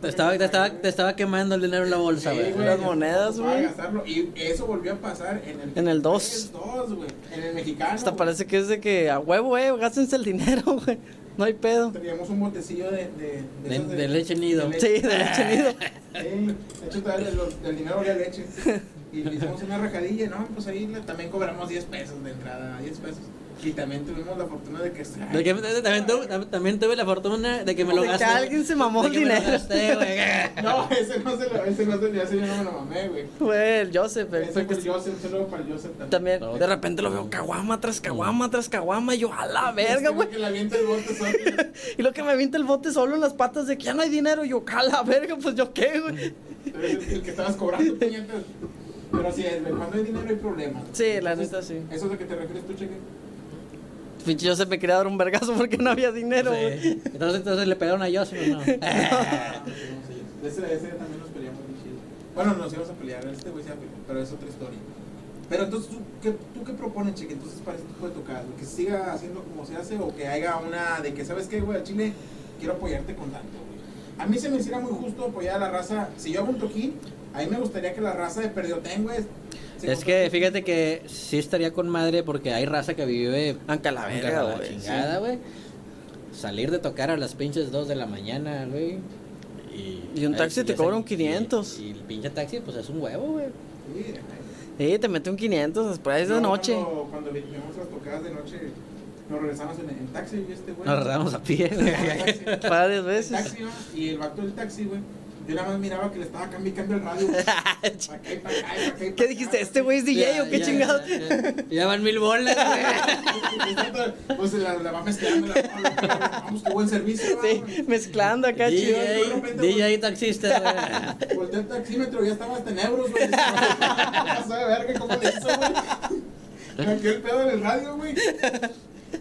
Te estaba, te, estaba, te estaba quemando el dinero en la bolsa, Sí, güey. güey, Las ya monedas, ocupaba güey. gastarlo. Y eso volvió a pasar en el, En el dos. 2. güey. En el mexicano. Hasta güey. parece que es de que a huevo, güey, gástense el dinero, güey. No hay pedo. Teníamos un botecillo de. De, De- esos de leche nido. Sí, de Ah. leche nido. Sí, de hecho, todavía de los- del dinero olía leche. Y le hicimos una rajadilla, ¿no? Pues ahí le- también cobramos 10 pesos de entrada, 10 pesos. Y también tuvimos la fortuna de que. De que- de- de- también, tuve, tam- también tuve la fortuna de que me lo De que gasté. alguien se mamó de el que me lo dinero. gasté, güey. No, ese no se lo. Ese no se lo. Ese yo no me lo mamé, güey. Güey, el Joseph, güey, Ese fue fue que el Joseph, un saludo para el Joseph también. pues también. No, De repente lo veo caguama tras Mm. caguama tras caguama. Y yo, a la verga, Este güey. Que le avienta el bote solo. Y lo que me avienta el bote solo en las patas de que ya no hay dinero. Yo, cala, verga, pues yo qué, Mm. güey. Pero es el que estabas cobrando, puñetas. Pero sí, es, güey, cuando hay dinero hay problemas. Sí, la Entonces, neta, sí. ¿Eso es a lo que te refieres tú, Cheque? Pinche Joseph me quería dar un vergazo porque no había dinero, güey. Sí. Entonces, entonces le pegaron a Joseph, ¿no? Sí, ese, ese también nos peleamos bien chido. Bueno, nos íbamos a pelear, este güey se iba a pelear, pero es otra historia. Pero entonces, ¿tú qué, tú qué propones, Cheque? Entonces, para este tipo de tocadas, ¿que siga haciendo como se hace o que haya una de que, ¿sabes qué, güey? Al Chile quiero apoyarte con tanto, güey. A mí se me hiciera muy justo apoyar a la raza. Si yo hago un toquín, a mí me gustaría que la raza de Perdiotén, güey. se Es que contrate- fíjate que sí estaría con madre porque hay raza que vive Anca la Nunca verga, a la güey, chingada, güey. Salir de tocar a las pinches 2 de la mañana, güey. Y, Y un taxi te ya cobra un y- 500. Y, el pinche taxi, pues es un huevo, güey. Sí, Sí, te mete un 500 después de Yo noche. Cuando, cuando vimos las tocadas de noche, nos regresamos en, en taxi y este güey. Nos rodamos a pie, güey. En taxi. Varias En veces. taxi, ¿no? Y el vato del taxi, güey. Yo nada más miraba que le estaba cambiando y cambio el radio. güey. Pa' acá y pa' acá y pa' acá y ¿Qué pa' dijiste? acá, ¿Este güey es DJ o qué Ya, chingados? Ya, ya- ya van mil bolas, güey. Pues la, la va mezclando. La, vamos, qué buen servicio. Sí, Sí. mezclando acá, chido. yo de DJ, repente DJ taxista, güey. Volteé el taxímetro, ya estaba hasta en euros, güey. Pasó de verga, ¿cómo le hizo, güey? Me quedó el pedo en el radio, güey.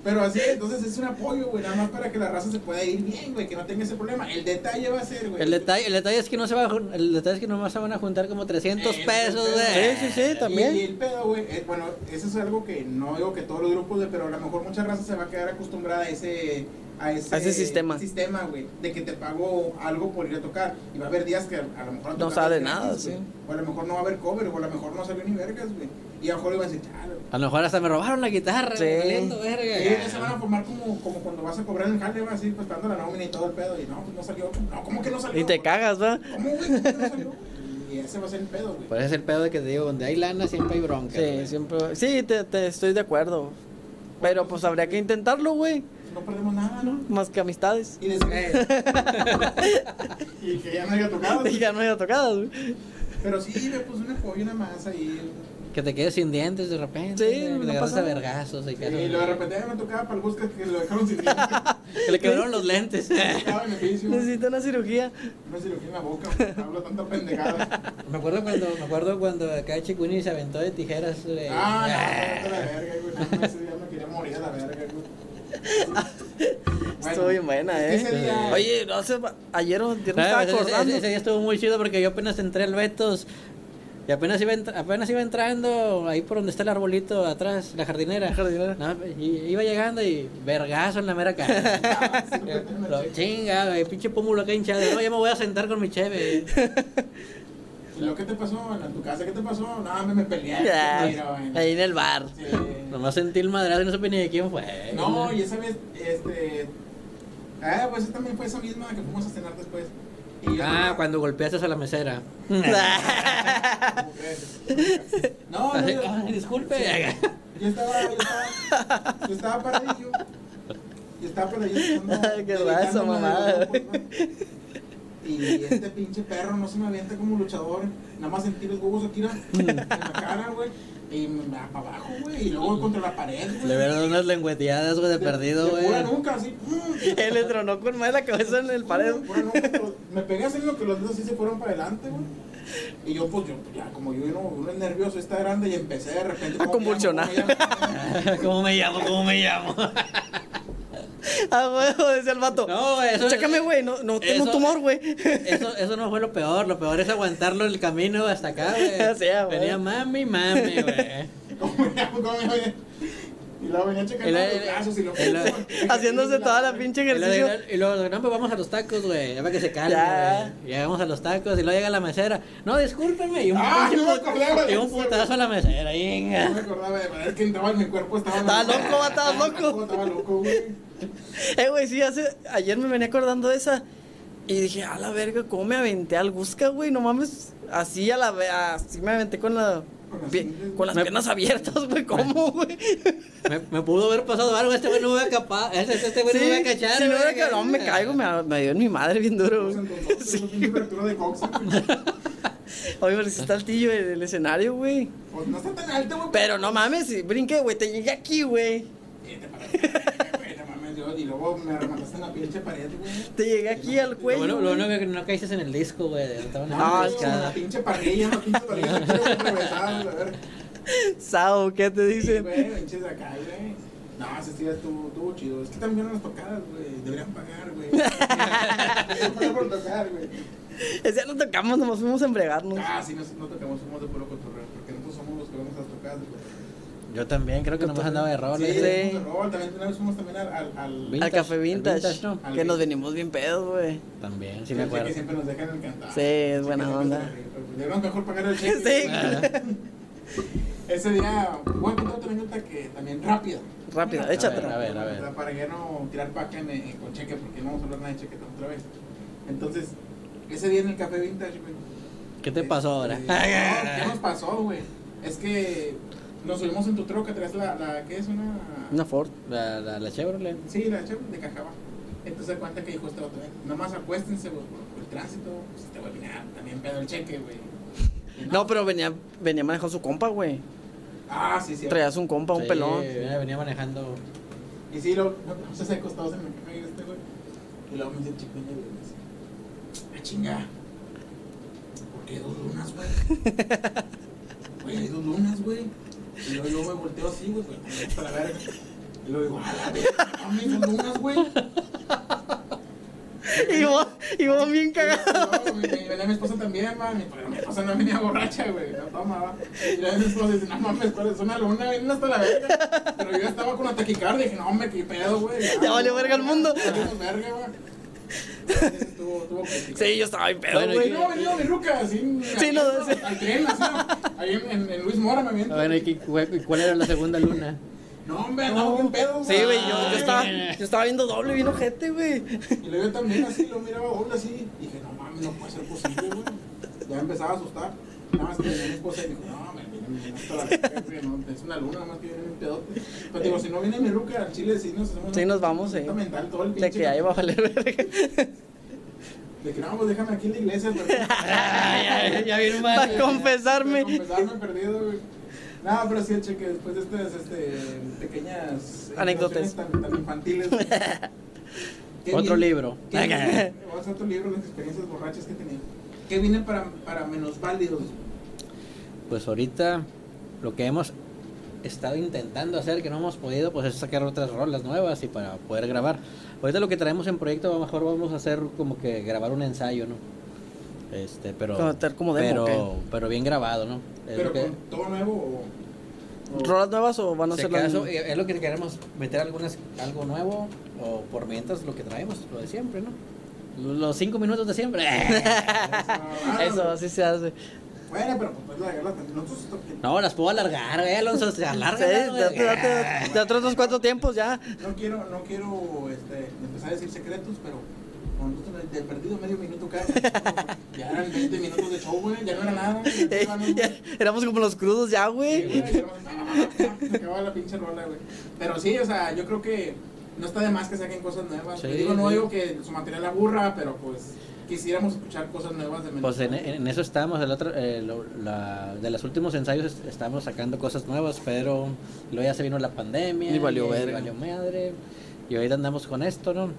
Pero así, entonces es un apoyo, güey, nada más para que la raza se pueda ir bien, güey, que no tenga ese problema. El detalle va a ser, güey. El detalle, el detalle es que no se va a, jun- el detalle es que nomás se van a juntar como 300 Eh, pesos, sí, güey. sí, sí, también. Y, el pedo, güey, eh, bueno, eso es algo que no digo que todos los grupos, güey, pero a lo mejor mucha raza se va a quedar acostumbrada a ese, a ese, A ese sistema. sistema, güey, de que te pago algo por ir a tocar. Y va a haber días que a lo mejor... No tocar sale es gratis, nada, güey. sí. O a lo mejor no va a haber cover, o a lo mejor no salió ni vergas, güey. Y a lo mejor iban a decir, chale. A lo mejor hasta me robaron la guitarra. Sí. me valiendo Y ellos se van verga. a formar como, como cuando vas a cobrar en el jale, vas así, pues dando la nómina y todo el pedo. Y no, no salió. No, ¿cómo que no salió? Y te cagas, ¿va? ¿Cómo, güey? ¿Cómo que no salió? Y ese va a ser el pedo, güey. Pues. Por eso es el pedo de que te digo, donde hay lana siempre hay bronca. Sí, güey. siempre. Sí, te, te estoy de acuerdo. Pero pues habría que intentarlo, güey. No perdemos nada, ¿no? Más que amistades. Y, después, y que ya no haya tocado. Y güey. ya no haya tocado, güey. Pero sí, me puse una joya una más ahí. Que te quedes sin dientes de repente. Sí, güey, que no te agarras pasa a nada. vergazos. Y Y luego de repente ya me tocaba para el busca que lo dejaron sin dientes. Que le quebraron los lentes. Estaba en el vicio. Necesito una cirugía. Una cirugía en la boca, güey. hablo tanta pendejada. Me acuerdo cuando, me acuerdo cuando acá Chiquini se aventó de tijeras. güey. Ah, no, no, no, la verga, güey. No, no, ese día me quería morir a la verga, güey. Bueno, Estuvo bien buena, es que ese ¿eh? día- Oye, no sé, ayer no yo no Ah, estaba pues, ese- acordando. Ese, ese día estuvo muy chido porque yo apenas entré al Betos y apenas iba, entra- apenas iba entrando ahí por donde está el arbolito atrás, la jardinera. La jardinera. No, y- iba llegando y vergazo en la mera cara. Lo chinga, güey, pinche pómulo acá hinchado. No, ya me voy a sentar con mi cheve. ¿Y lo que te pasó en tu casa? ¿Qué te pasó? No, me, me peleé. Ya, mira, bueno. ahí en el bar. Sí. Nomás sentí el madrazo y no supe ni de quién fue. No, y esa vez, este. Ah, pues esa también fue esa misma que fuimos a cenar después. Y yo- Ah, cuando golpeaste a la mesera. ¿Cómo crees? No, no, Así, yo, "Ay, disculpe. yo estaba, yo estaba, yo estaba paradillo. Yo estaba paradillo. Ay, qué dedicándome raza, de mamada. los locos, ¿no? Y este pinche perro no se me avienta como luchador. Nada más sentí los huevos aquí ¿no? en la cara, güey. Y me va para abajo, güey. Y luego contra la pared, güey. Le dado unas lengüeteadas, güey, de perdido, güey. Pura nunca, así. mm, Él le tronó con más la cabeza en el pared. Pura nuca, pero pues, Me pegué así en lo que los dedos sí se fueron para adelante, güey. Y yo, pues, yo, ya, como yo, no, uno es nervioso, está grande, y empecé de repente. A convulsionar. ¿cómo me llamo? ¿Cómo me llamo? ¿Cómo me llamo? ¿Cómo me llamo? Ah, huevo, decía el vato. No, güey, eso- Chécame, güey, no, no tengo eso- tumor, güey. Eso, eso no fue lo peor, lo peor es aguantarlo el camino hasta acá, güey. Sí, ah, güey. Venía mami, mami, güey. ¿Cómo me llamo? ¿Cómo me llamo? Y luego venía checando El- los brazos y lo el- Haciéndose toda la pinche Y luego, ejercicio. y luego, no, pues vamos a los tacos, güey. Ya para que se calme, Ya. güey. Llegamos a los tacos y luego llega la mesera. No, discúlpeme. Y un, Ah, pinche no me put- acordaba de y un eso, putazo a la mesera, No me inga. acordaba de verdad que entraba en mi cuerpo, estaba. Estaba loco, va, estaba loco. Estaba loco, güey. Eh, güey, sí, hace, ayer me venía acordando de esa. Y dije, a la verga, ¿cómo me aventé al Gusca, güey? No mames. Así a la ve- así me aventé con la. Con las pie- ingles, con las güey. piernas abiertas, güey. ¿Cómo, güey? Me, me pudo haber pasado algo, este güey no me iba a capar, este, este güey no me iba a cachar. si no güey. era que no, me caigo, me, me dio en mi madre bien duro, Pues, güey. entonces, Sí. una pinche fractura de coxa, güey. Oye, pero sí está altillo el, el escenario, güey. Pues no está tan alto, güey. Pero no mames, si brinqué, güey, te llegué aquí, güey. Y eh, te paraste, güey, no mames, yo, Y luego me remataste en la pinche pared, güey. Te llegué aquí al Lo cuello. bueno, lo güey. bueno que no caíste en el disco, güey. Estaban en Ah, la es que- pescada. una pinche parrilla, una pinche parrilla, que quiero atravesar, a ver. Sao, ¿qué te Sí, dicen? güey, pinches de acá, güey. No, ese sí estuvo, estuvo chido. Es que también las tocadas, güey. Deberían pagar, güey. Deberían pagar por tocar, güey. Ese día no tocamos, nomás fuimos a embregarnos. Ah, sí, no, no tocamos, somos de puro cotorreo. Porque nosotros somos los que vamos a las tocadas, güey. Yo también, creo que nomás andaba de rol. Sí, sí. ese. fuimos de rol, También una vez fuimos también al. al, al Vintage, al café al vintage, vintage, ¿no? Al que nos vintage. venimos bien pedos, güey. También, sí Sí, me que acuerdo. siempre nos dejan el cantar. Sí, es buena siempre onda. nos dejan, güey. Deberían mejor pagar el cheque. Sí. Ese día, voy a contar otra anécdota que también rápida. Rápido, Una échatela. rápida, A ver, a rápida, ver. Para ya no tirar paca en, en- con cheque, porque no vamos a hablar nada de cheque otra vez. Entonces, ese día en el café vintage, güey. ¿Qué te eh, pasó ahora? eh, no, ¿Qué nos pasó, güey? Es que nos subimos en tu troca, traes la, la ¿qué es? Una... Una Ford. La, la, la Chevrolet. Sí, la Chevrolet de Cajaba. Entonces, cuenta que dijo este otro, nomás acuéstense, güey, por, por el tránsito. Pues, este güey, mira, también pedo el cheque, güey. Y No, pero venía, venía manejando su compa, güey. Ah, sí, sí. Traías un compa, un Sí, pelón. Venía, venía manejando. Y sí, lo, nos vamos a hacer acostados en el café y este, güey. Y luego me dice el chico, y me dice, ah, chinga. ¿Por qué dos lunas, güey? Güey, hay dos lunas, güey. Y luego yo me volteo así, güey, güey, para la verga. Y luego digo, a la verga, mames, dos lunas, güey. Y vos, y vos bien cagado. No, mi, mi, venía mi esposa también, mami, pero mi esposa no venía borracha, güey, no tomaba. Y la mi esposa dice, no mames, ¿cuál es una luna? Vienen hasta la verga. Pero yo ya estaba con la taquicardia, dije, no, hombre, qué pedo, güey. Ya valió verga el mundo. Ya valimos verga, güey. Estuvo, estuvo complicado. Sí, yo estaba bien pedo, Bueno, Güey, güey. no, venía de Luca, así. Sí, no, abierto, sí. Al tren, así, ¿no? Ahí en, en- en Luis Mora me aviento. Bueno, ¿y qué- cu- cuál era la segunda luna? No, hombre, andaba bien pedo. Sí, güey, yo, yo, Ay. estaba, yo estaba viendo doble, bien ojete, güey. Y lo yo también así, lo miraba doble así. Dije, no mames, no puede ser posible, güey. Ya empezaba a asustar. Nada más que venía mi esposa y me dijo, no, me viene hasta la verga, güey, no, es una luna, nada más que viene un pedote. Pero digo, si no viene mi ruca al Chile, sí nos hacemos Sí, una- nos vamos, una sí. mental todo el De pinche- que ahí va a valer verga. De que no, pues déjame aquí en la iglesia. pero- ya, ya vieron Para Para confesarme. confesarme perdido, güey. No, pero sí, cheque, después de estas este, pequeñas Anécdotas. tan, tan infantiles. güey. ¿Qué Otro viene- libro. qué viene- Vamos a otro libro, las experiencias borrachas que tenía. ¿Qué viene para, para menos válidos? Pues ahorita lo que hemos estado intentando hacer, que no hemos podido, pues es sacar otras rolas nuevas y para poder grabar. Ahorita lo que traemos en proyecto, a lo mejor vamos a hacer como que grabar un ensayo, ¿no? Este, pero. Como hacer como demo, pero, ¿o pero bien grabado, ¿no? Es ¿Pero lo que- con todo nuevo o.? o- ¿Rolas nuevas o van a si ser las acaso, mismas? eh, es lo que queremos meter algunas algo nuevo o por mientras lo que traemos lo de siempre no los cinco minutos de siempre Ah, Eso, así se hace. Bueno, pero pues la guerra también. Nosotros. no las puedo alargar eh, Alonso se alarga Sí, date, date- de otros dos, cuatro tiempos ya. No quiero, no quiero este, empezar a decir secretos, pero con nosotros de- de perdido medio minuto cada ya eran 20 minutos de show, güey, ya no era nada. güey, ya Eh, iban, güey. ya, éramos como los crudos ya, Sí, güey. güey, ya- Se acababa la pinche rola, güey. Pero sí, o sea, yo creo que no está de más que saquen cosas nuevas. Sí, Yo digo, no sí. digo que su material aburra, pero pues quisiéramos escuchar cosas nuevas de menos. pues en, en eso estábamos el otro, eh, lo- la- de los últimos ensayos es- estábamos sacando cosas nuevas pero luego ya se vino la pandemia Y valió y, verga. valió madre y ahorita andamos con esto no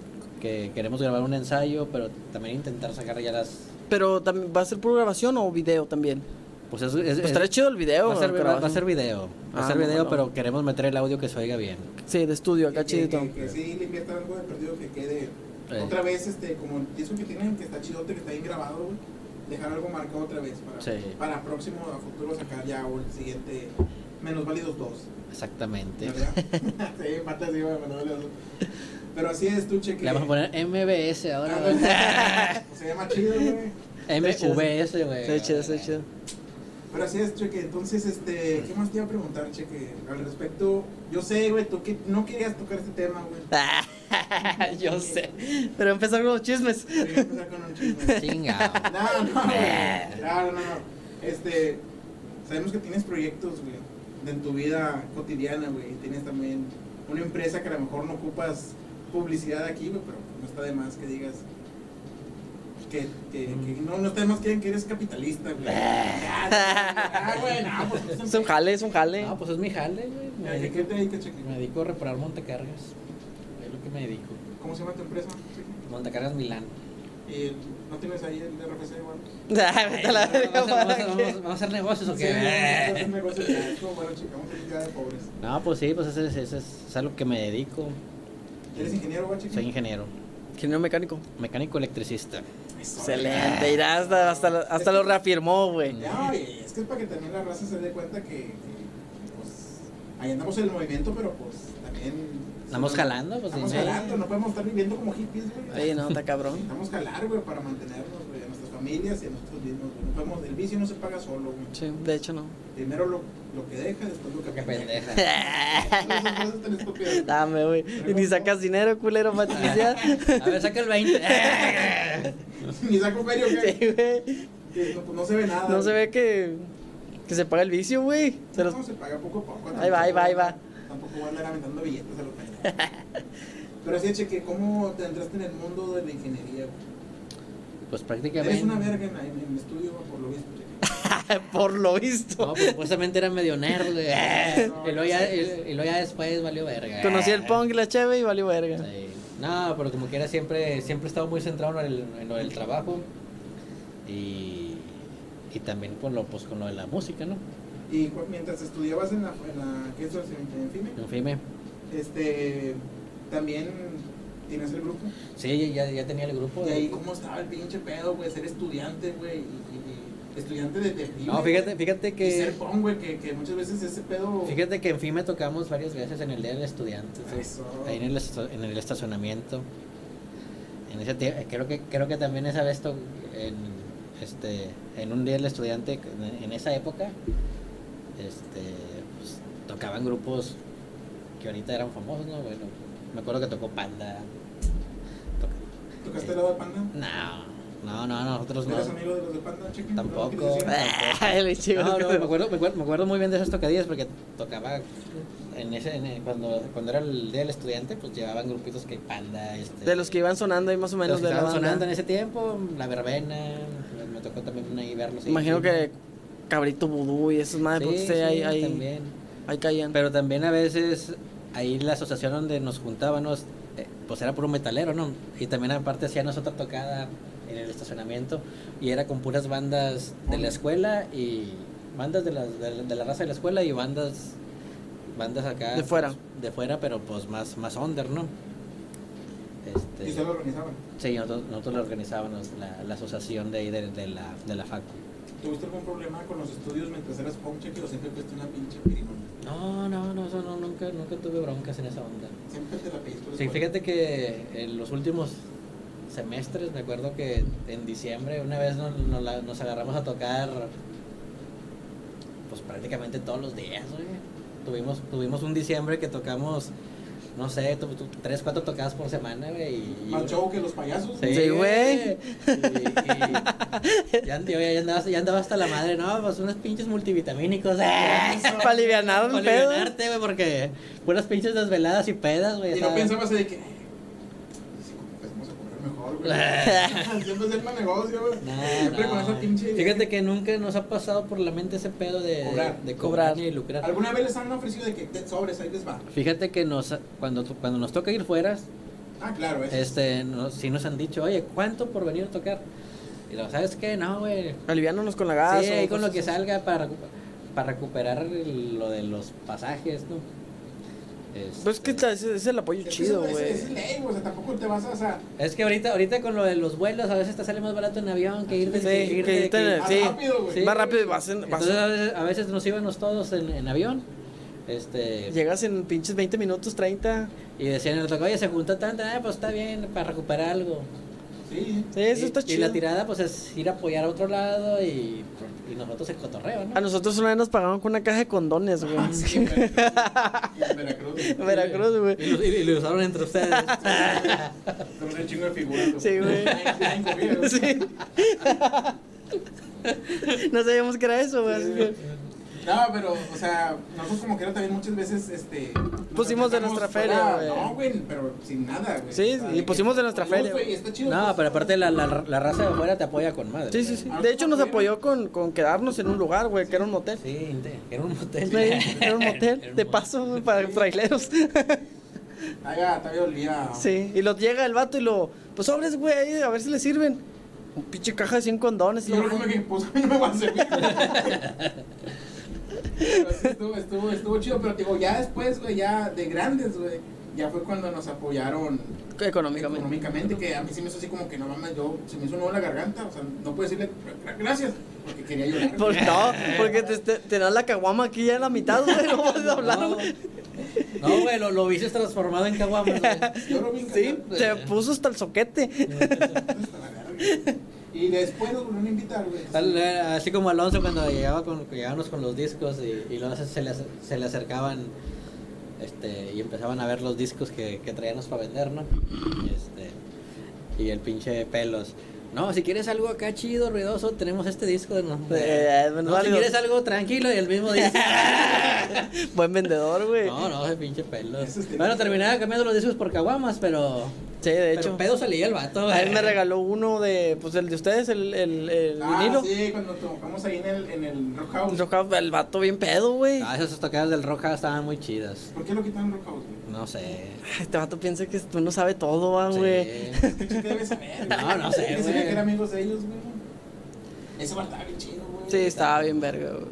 que queremos grabar un ensayo pero también intentar sacar ya las Pero también va a ser pura grabación o video también. pues es, es- Pues es- estará chido el video. va a ser, la va- va a grabación. ser video va a Ah, ser video bueno. pero queremos meter el audio que se oiga bien Sí, de estudio, que, acá que, chidito. que, que sí le inviertan algo de perdido que quede Eh. otra vez este como el disco que tienen que está chidote que está bien grabado güey, dejar algo marcado otra vez para, Sí. para próximo a futuro sacar ya o el siguiente menos válidos dos Exactamente. ¿verdad? sí pata así, güey, menos válidos dos pero así es tu cheque Le vamos a poner MBS ahora. güey. Ah, no, se llama chido güey MVS, güey. Sí, chido, sí, chido. pero así es cheque entonces este qué más te iba a preguntar cheque al respecto yo sé güey tú que no querías tocar este tema güey Yo sé. Pero empezar con los chismes. Quería empezar con un chisme. Chingado. No, no, güey. Claro, no, no. Este, sabemos que tienes proyectos, güey, de- en tu vida cotidiana, güey. y Tienes también una empresa que a lo mejor no ocupas publicidad aquí, güey, pero no está de más que digas que, que, que no, no está de más que digan que eres capitalista, güey. Ah, güey, no, pues, tú Es un jale, es un jale. No, pues es mi jale, güey. Me ¿A qué dedico, te dedicas, Cheque? me dedico a reparar montacargas. Es lo que me dedico. ¿Cómo se llama tu empresa, Cheque? Montacargas Milán. ¿Y el- no tienes ahí el RFC, igual? Ah, vete a la verga, ¿Vamos a, vamos a- ¿para vamos a- qué? vamos a hacer negocios o Sí, es qué? un negocio, ya, es como, bueno, Cheque, vamos a lidiar de pobres. No, pues sí, pues ese, ese- ese es, es a lo que me dedico. ¿Eres ingeniero, güey, Cheque? Soy ingeniero, Ingeniero mecánico. mecánico electricista. Eso, Excelente. Irá hasta, hasta, hasta lo reafirmó, güey. Ya, y es que es para que también la raza se dé cuenta que, que, pues, ahí andamos en el movimiento, pero pues también. Andamos jalando, pues, Estamos sí, ¿no? jalando, no podemos estar viviendo como hippies, güey. Sí, no, está cabrón. Necesitamos jalar, güey, para mantenernos, güey, a nuestras familias y a nosotros mismos, güey. No podemos, el vicio no se paga solo, güey. Sí, de hecho no. Primero lo, lo que deja, después lo que Qué pendeja. Esas cosas tan estúpidas. Dame, güey. Y ni sacas dinero, culero, Ah. Patricia. A ver, saca el 20. Ni saco medio, güey. Sí, güey. Que No, pues, no se ve nada. No se güey. ve que, que se paga el vicio, güey. Se los- No, se paga poco a poco. Ahí va, ahí va, ahí va. Tampoco voy a andar aventando billetes a los pendejos. Pero sí, Cheque, ¿cómo te entraste en el mundo de la ingeniería? güey? Pues prácticamente. Eres una verga en, en el estudio, güey, por lo visto, Cheque. por lo visto. No, pues supuestamente era medio nerd, güey. No, y, luego no ya, sé. y- y luego ya después valió verga. Conocí el punk y la cheve y valió verga. Sí. No, pero como que era siempre, siempre he estado muy centrado en, el- en lo del trabajo. Y, y también con lo, pues, con lo de la música, ¿no? Y cu- mientras estudiabas en la, en la ¿qué es eso? En, en FIME, En fin, me- este, también tienes el grupo. sí, ya, ya tenía el grupo. Y de- ahí, ¿cómo estaba el pinche pedo, güey? Ser estudiante, güey, y, y- y estudiante de, de FIME. No, fíjate, güey. fíjate Y ser que. pon, güey, que, que muchas veces ese pedo... Fíjate que en fin me tocamos varias veces en el Día del Estudiante. sí. Eso. Ahí en el, esta- en el estacionamiento. En ese tie- creo que creo que también esa vez to- en este en un día el estudiante en- en esa época este pues, tocaban grupos que ahorita eran famosos, ¿no? Bueno, me acuerdo que tocó Panda. to- ¿Tocaste el lado de Panda? no, no, no, nosotros Pues no. ¿Eres amigo de los de Panda, Chicken? Tampoco. Eh, El chico. No, no, me acuerdo, me acuerdo, me acuerdo muy bien de esas tocadillas porque tocaba en ese en- cuando cuando era el día del estudiante, pues llevaban grupitos que Panda, este De los que iban sonando ahí más o menos los que de la estaban banda. sonando en ese tiempo, la verbena, pues, me- me tocó también ahí verlos. ahí. Imagino Sí. que Cabrito Vudú y esas madres, porque Sí, se- sí, ahí, ahí- también. ahí caían. Pero también a veces ahí la asociación donde nos juntábamos, eh, pues era puro metalero, ¿no? Y también aparte hacíamos otra tocada en el estacionamiento y era con puras bandas de la escuela y bandas de la, de la, de la raza de la escuela y bandas bandas acá De fuera. pues, de fuera pero pues más más under no este ¿Y ustedes lo organizaban? Sí, nosotros, nosotros lo organizábamos, la, la asociación de ahí de, de la, de la facu. ¿Tuviste algún problema con los estudios mientras eras home check o siempre fuiste una pinche pirinola? No, no, no, eso no, nunca, nunca tuve broncas en esa onda. Siempre te la pediste. Sí, fíjate que en los últimos semestres, me acuerdo que en diciembre una vez nos, nos la- nos agarramos a tocar pues prácticamente todos los días, oye. Tuvimos, tuvimos un diciembre que tocamos, no sé, tu- tu- tres, cuatro tocadas por semana, güey. y- Más show que los payasos. Sí, güey. Y- y- Ya, yo ya andaba, ya andaba hasta la madre, no, pues unos pinches multivitamínicos. Para alivianar el pedo. alivianarte, güey, porque puras pinches desveladas y pedas, güey. Y ¿sabes? no pensabas de que. Vamos a comer mejor, güey. Siempre hacer más negocio, güey. No, Siempre no. con esa pinche. Fíjate que nunca nos ha pasado por la mente ese pedo de Cobrar. de Cobrar. y lucrar. ¿Alguna vez les han ofrecido de que te sobres, ahí les va? Fíjate que nos cuando cuando nos toca ir fuera, Ah, claro, eso. este, nos, sí nos han dicho, oye, ¿cuánto por venir a tocar? Y lo sabes qué, no, güey, Aliviándonos con la gasa. Sí, ahí con lo que cosas salga para, recu- para recuperar el- lo de los pasajes, ¿no? así. Este, Pues es que está- ese es el apoyo Es que chido, eso- güey. Es, es ley, güey, o sea, tampoco te vas a. O sea, es que ahorita, ahorita con lo de los vuelos a veces te sale más barato en avión que ir de Sí, que ir que de- irte en que- el- más sí. rápido, güey. Sí. Más rápido vas en. vas- Entonces a veces, a veces nos íbamos todos en, en avión. Este, Llegas en pinches 20 minutos, 30. y decían en el toque, oye, se juntó tanta, ah, pues está bien, para recuperar algo. Sí. Sí, eso y, está y chido. la tirada pues es ir a apoyar a otro lado y, y nosotros el cotorreo, ¿no? A nosotros una vez nos pagaron con una caja de condones, güey. Ah, sí, en Veracruz. En Veracruz. En Veracruz, güey. Y, lo- y- y lo usaron entre ustedes. Con un chingo de figuras. güey. Sí, güey. Nadie cogía, güey. Sí. no sabíamos que era eso, güey. así que- No, pero, o sea, nosotros como que era también muchas veces, este... nos Pusimos de nuestra fuera- feria, güey. No, güey, pero sin nada, güey. Sí, y pusimos de nuestra pues, feria. güey, está chido, No, pues. pero aparte la, la, la raza de afuera te apoya con madre. Sí, sí, sí. Ah, De hecho, nos ¿cómo apoyó con, con quedarnos en un lugar, güey, que era un motel. Sí, era un motel. Sí, Era un motel, de paso, güey, para traileros. Todavía, ah, todavía olía... Sí, y los llega el vato y lo, pues sobres, güey, ahí, a ver si le sirven. Un pinche caja de 100 condones. y Yo lo- creo que me dije, pues a mí no me va a servir. Pero sí, estuvo, estuvo, estuvo chido, pero te digo, ya después, güey, ya de grandes, güey, ya fue cuando nos apoyaron Económicamente. económicamente, que a mí sí me hizo así como que no mames, yo, se me hizo un nudo en la garganta, o sea, no puedo decirle "Gra- gracias, porque quería llorar. Pues no, porque te, te, te dan la caguama aquí ya en la mitad, güey, no puedes hablar, No, güey. No, güey, lo, lo viste transformado en caguamas, güey. Yo lo vi en Sí, Qatar. se puso hasta el soquete. Hasta la verga. Y después nos volvieron a invitar, güey. Al- eh, Así como Alonso cuando llegaba con, llegábamos con los discos y, y luego se le, ac- se le acercaban este, y empezaban a ver los discos que, que traíamos para vender, ¿no? Y, este, y el pinche de pelos. No, si quieres algo acá chido, ruidoso, tenemos este disco de no- Eh, no, si válido. quieres algo tranquilo y el mismo disco. Buen vendedor, güey. No, no, ese pinche pelos. Eso es que- Bueno, terminaba cambiando los discos por caguamas, pero. Sí, de pero hecho. pedo salía el vato, A él me güey. regaló uno de, pues el de ustedes, el, el, el Ah, vinilo. sí, cuando tocamos ahí en el, en el Rock House. Yo, cabrón, El vato bien pedo, güey. Ah, esas tocadas del Roja estaban muy chidas. ¿Por qué lo quitaron Rock House, güey? No sé. Este vato piensa que tú no sabe todo, va, Sí. Ah, güey. ¿Qué chica Este debe saber? güey? No, no sé, Yo sabía güey. que eran amigos de ellos, güey. Ese bar estaba bien chido, güey. Sí, estaba bien verga, güey.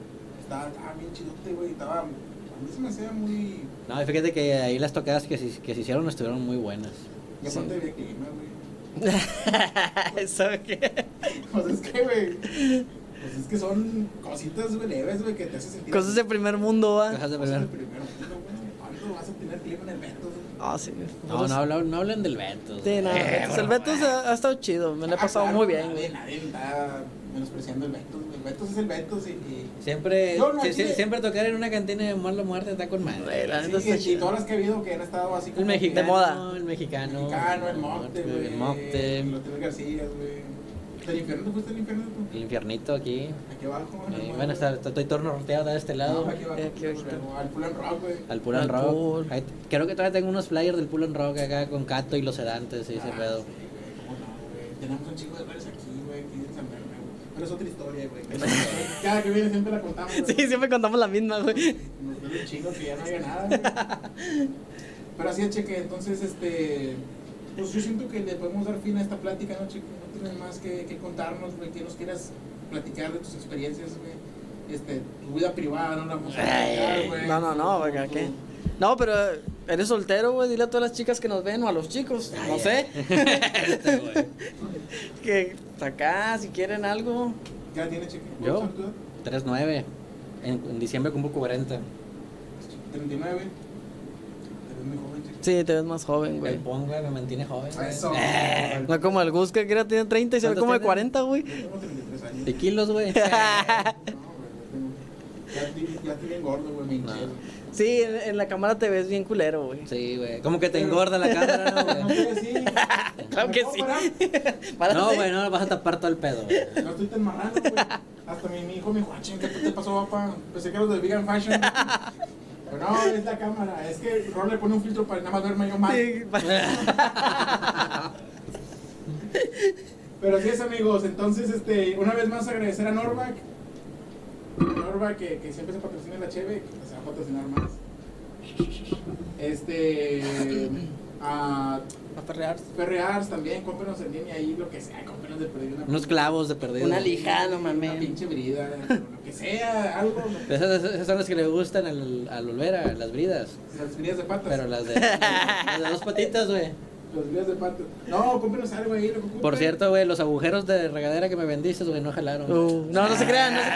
Estaba, estaba bien chidote, güey. Estaba... A mí se me hacía muy... No, y fíjate que ahí las tocadas que se, que se hicieron estuvieron muy buenas. Y aparte había clima, güey. Eso qué? Pues es que, güey... Pues es que son cositas, güey, leves, güey, que te hace sentir... Cosas de primer mundo, va. Cosas de Cosas primer. de primero mundo, güey. no vas a tener clip en el Beto. Ah, sí. No, no, hablan, no hablan del Beto. Sí, no, Eh, Betos, el bueno, Betos ha, ha estado chido, me lo he Ah, pasado claro, muy bien. Nadie, güey. nadie está menospreciando el Beto. El Beto es el Beto. Sí, y, Siempre, No, no, sie- al chile- siempre tocar en una cantina de Marlo Muerte está con Güey, madre. la neta sí, está y- y chido. todas las que he habido que han estado así El como. mexicano, De moda. el mexicano, Mexicano, el Mopte, güey. el El Mopte, Hotel García, güey. ¿Del infierno te fuiste al infierno tú? el infiernito aquí. Aquí abajo, Eh, bueno, está, está- estoy torno roteado de este lado. No, aquí abajo. Eh, aquí ahorita. Al Pull and Rock, güey. Al Pull and Al Rock. Pull. Ahí- creo que todavía tengo unos flyers del Pull and Rock acá con Cato y los sedantes y ese Ah, pedo. sí, güey, cómo no, güey. Tenemos un chico de bares aquí, güey, aquí en San Bernardo. Pero es otra historia, güey. Cada que viene siempre la contamos. güey. Sí, siempre contamos la misma, güey. Nos duele un chingo que ya no haya nada, güey. Pero así es, cheque. Entonces, este. Pues yo siento que le podemos dar fin a esta plática, ¿no, cheque? No tienes más que, que contarnos, güey, que nos quieras platicar de tus experiencias, güey. Este, tu vida privada, no la vamos a platicar, güey. No, no, no, Tu- ¿para tu- qué? No, pero eh, eres soltero, güey. Dile a todas las chicas que nos ven o a los chicos, no sé, Este, güey. que acá, si quieren algo. Ya tiene, cheque. Yo. ¿Cuántos años 3-9. En, en diciembre cumplo 40. tú? 39. Te ves muy joven, cheque. Sí, te ves más joven, El güey. Pong, güey, me mantiene joven. güey. Eso. No como el Gus que era tiene 30 y se ve ¿Cuántos como de tiene? 40, güey. Yo tengo 33 años. De kilos, güey. No, güey, yo tengo- Ya estoy- ya estoy bien gordo, güey, me hinché, No. güey. Sí, en, en la cámara te ves bien culero, güey. Sí, güey. Como que te engorda la cámara, No, ¿no, no güey? quiero decir. Claro que No, sí. para. Párate. No, güey, no, vas a tapar todo el pedo, güey. No estoy tan marrano, güey. Hasta mi, mi hijo me dijo, "Ah, ching, ¿qué te pasó, papá? Pensé que era los de Vegan Fashion. Pero no, es la cámara. Es que Ron le pone un filtro para nada más verme yo mal. Sí, pa- Pero así es, amigos. Entonces, este, una vez más agradecer a Norvac. A Norvac que, que siempre se patrocina la Cheve, que se va a patrocinar más. Este. A Ferre Arts también, cómprenos en línea ahí, lo que sea, cómprenos de perdido. una- Unos clavos de perdido. Una lija, no Una mames. pinche brida, lo que sea, algo. lo que- Esas, esas son las que le gustan al, al Olvera, las bridas. Las bridas de patas. Pero las de, las de dos patitas, güey. Los videos de pato. No, cómprenos algo ahí, lo que ocupen. Por cierto, güey, los agujeros de regadera que me vendiste, güey, no jalaron. Uh, no, no se crean, no se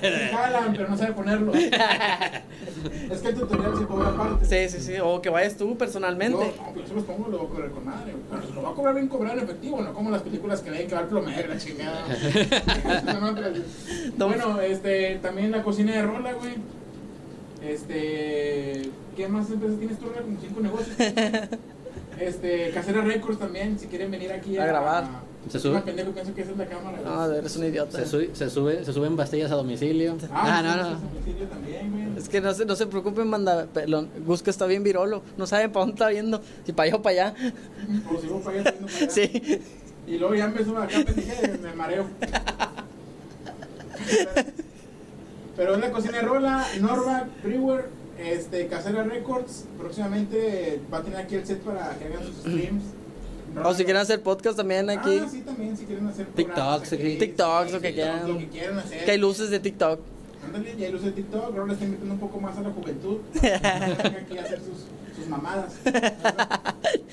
crean. Sí jalan, pero no sabe ponerlo. es que el tutorial se cobra aparte. Sí, sí, sí. O que vayas tú Yo, personalmente. no, pero yo los pongo, lo voy a cobrar con madre. Pero lo va a cobrar bien cobrado en efectivo, no como las películas que ven que va el plomero, la chingada. Esas son otras. No. bueno, este, también la cocina de Rola, güey. Este, ¿qué más empresas tienes tú, Rola? Como cinco negocios. Este, Casera Records también, si quieren venir aquí A grabar. ¿Se sube? Ah, pendejo, pienso que esa es la cámara. güey. No, eres un idiota. Se, sube- se, sube, se suben pastillas a domicilio. Ah, Ah, no, no. no. También, güey. Es que no se, no se preocupen, manda. Pelón. Gus que está bien virolo. No saben para dónde está viendo. Si para allá o para allá. O si voy para allá, yendo para allá. Sí. Y luego ya empezó acá, pendeje, me mareo. Pero es la cocina de Rola, Norva, Brewer, este, Casera Records. Próximamente va a tener aquí el set para que hagan sus streams. O si quieren hacer podcast también aquí. Ah, sí, también, si quieren hacer TikToks, programas aquí, aquí. TikToks, sí, lo que TikToks, quieran. Lo que quieran hacer. Que hay luces de TikTok. Ándale, ya hay luz de TikTok, ahora le está invitando un poco más a la juventud. para que tengan que hacer sus, sus mamadas.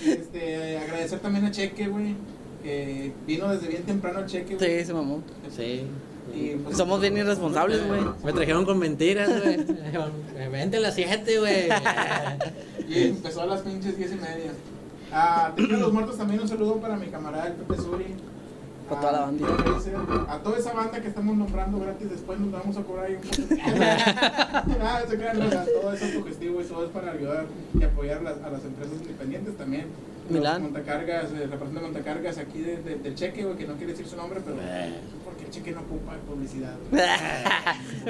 Este, agradecer también a Cheque, güey. Que vino desde bien temprano el Cheque, güey. Sí, se mamó. Sí. Y, pues, Somos bien irresponsables, güey. Me trajeron con mentiras, güey. Pues, Me dijeron, Vente a las 7, güey. Y empezó a las pinches diez y media. A Templo Ah, de los Muertos también un saludo para mi camarada el Pepe Ah, Suri. Para toda la bandita. A, Kaiser, a toda esa banda que estamos nombrando gratis, después nos vamos a cobrar ahí un poco. Nada, se crean, o sea, todo eso es sugestivo y todo es para ayudar y apoyar las- a las empresas independientes también. Los Milán. Montacargas, eh, representante de Montacargas aquí de, de- del Cheque, güey, que no quiere decir su nombre, pero porque el Cheque no ocupa publicidad. güey.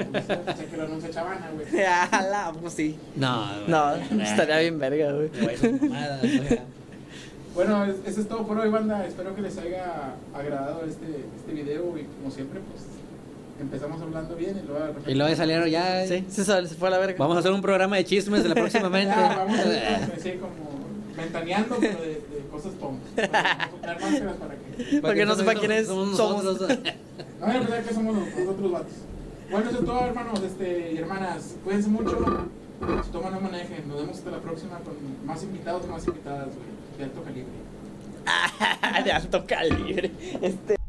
Publicidad, el Cheque lo anuncia Chavana, güey. Ala, pues sí. No, güey. No, estaría bien verga, güey. Güey, sus mamadas, güey. Bueno, es- eso es todo por hoy, banda. Espero que les haya agradado este, este video y como siempre, pues empezamos hablando bien y luego... Y luego salieron ya. Sí, se, sal- se fue a la verga. Vamos a hacer un programa de chismes de la próximamente. Ya, vamos a ver, pues, sí, como ventaneando, pero de, de cosas tontas. Pero Vamos a poner máscaras para que... Para que no sepa quién es, Somos somos- nosotros. No voy a pensar que somos los, los otros vatos. Bueno, eso es todo, hermanos este, y hermanas. Cuídense mucho. Si toman, no manejen. Nos vemos hasta la próxima con más invitados y más invitadas, güey, de alto calibre. de alto calibre. Este.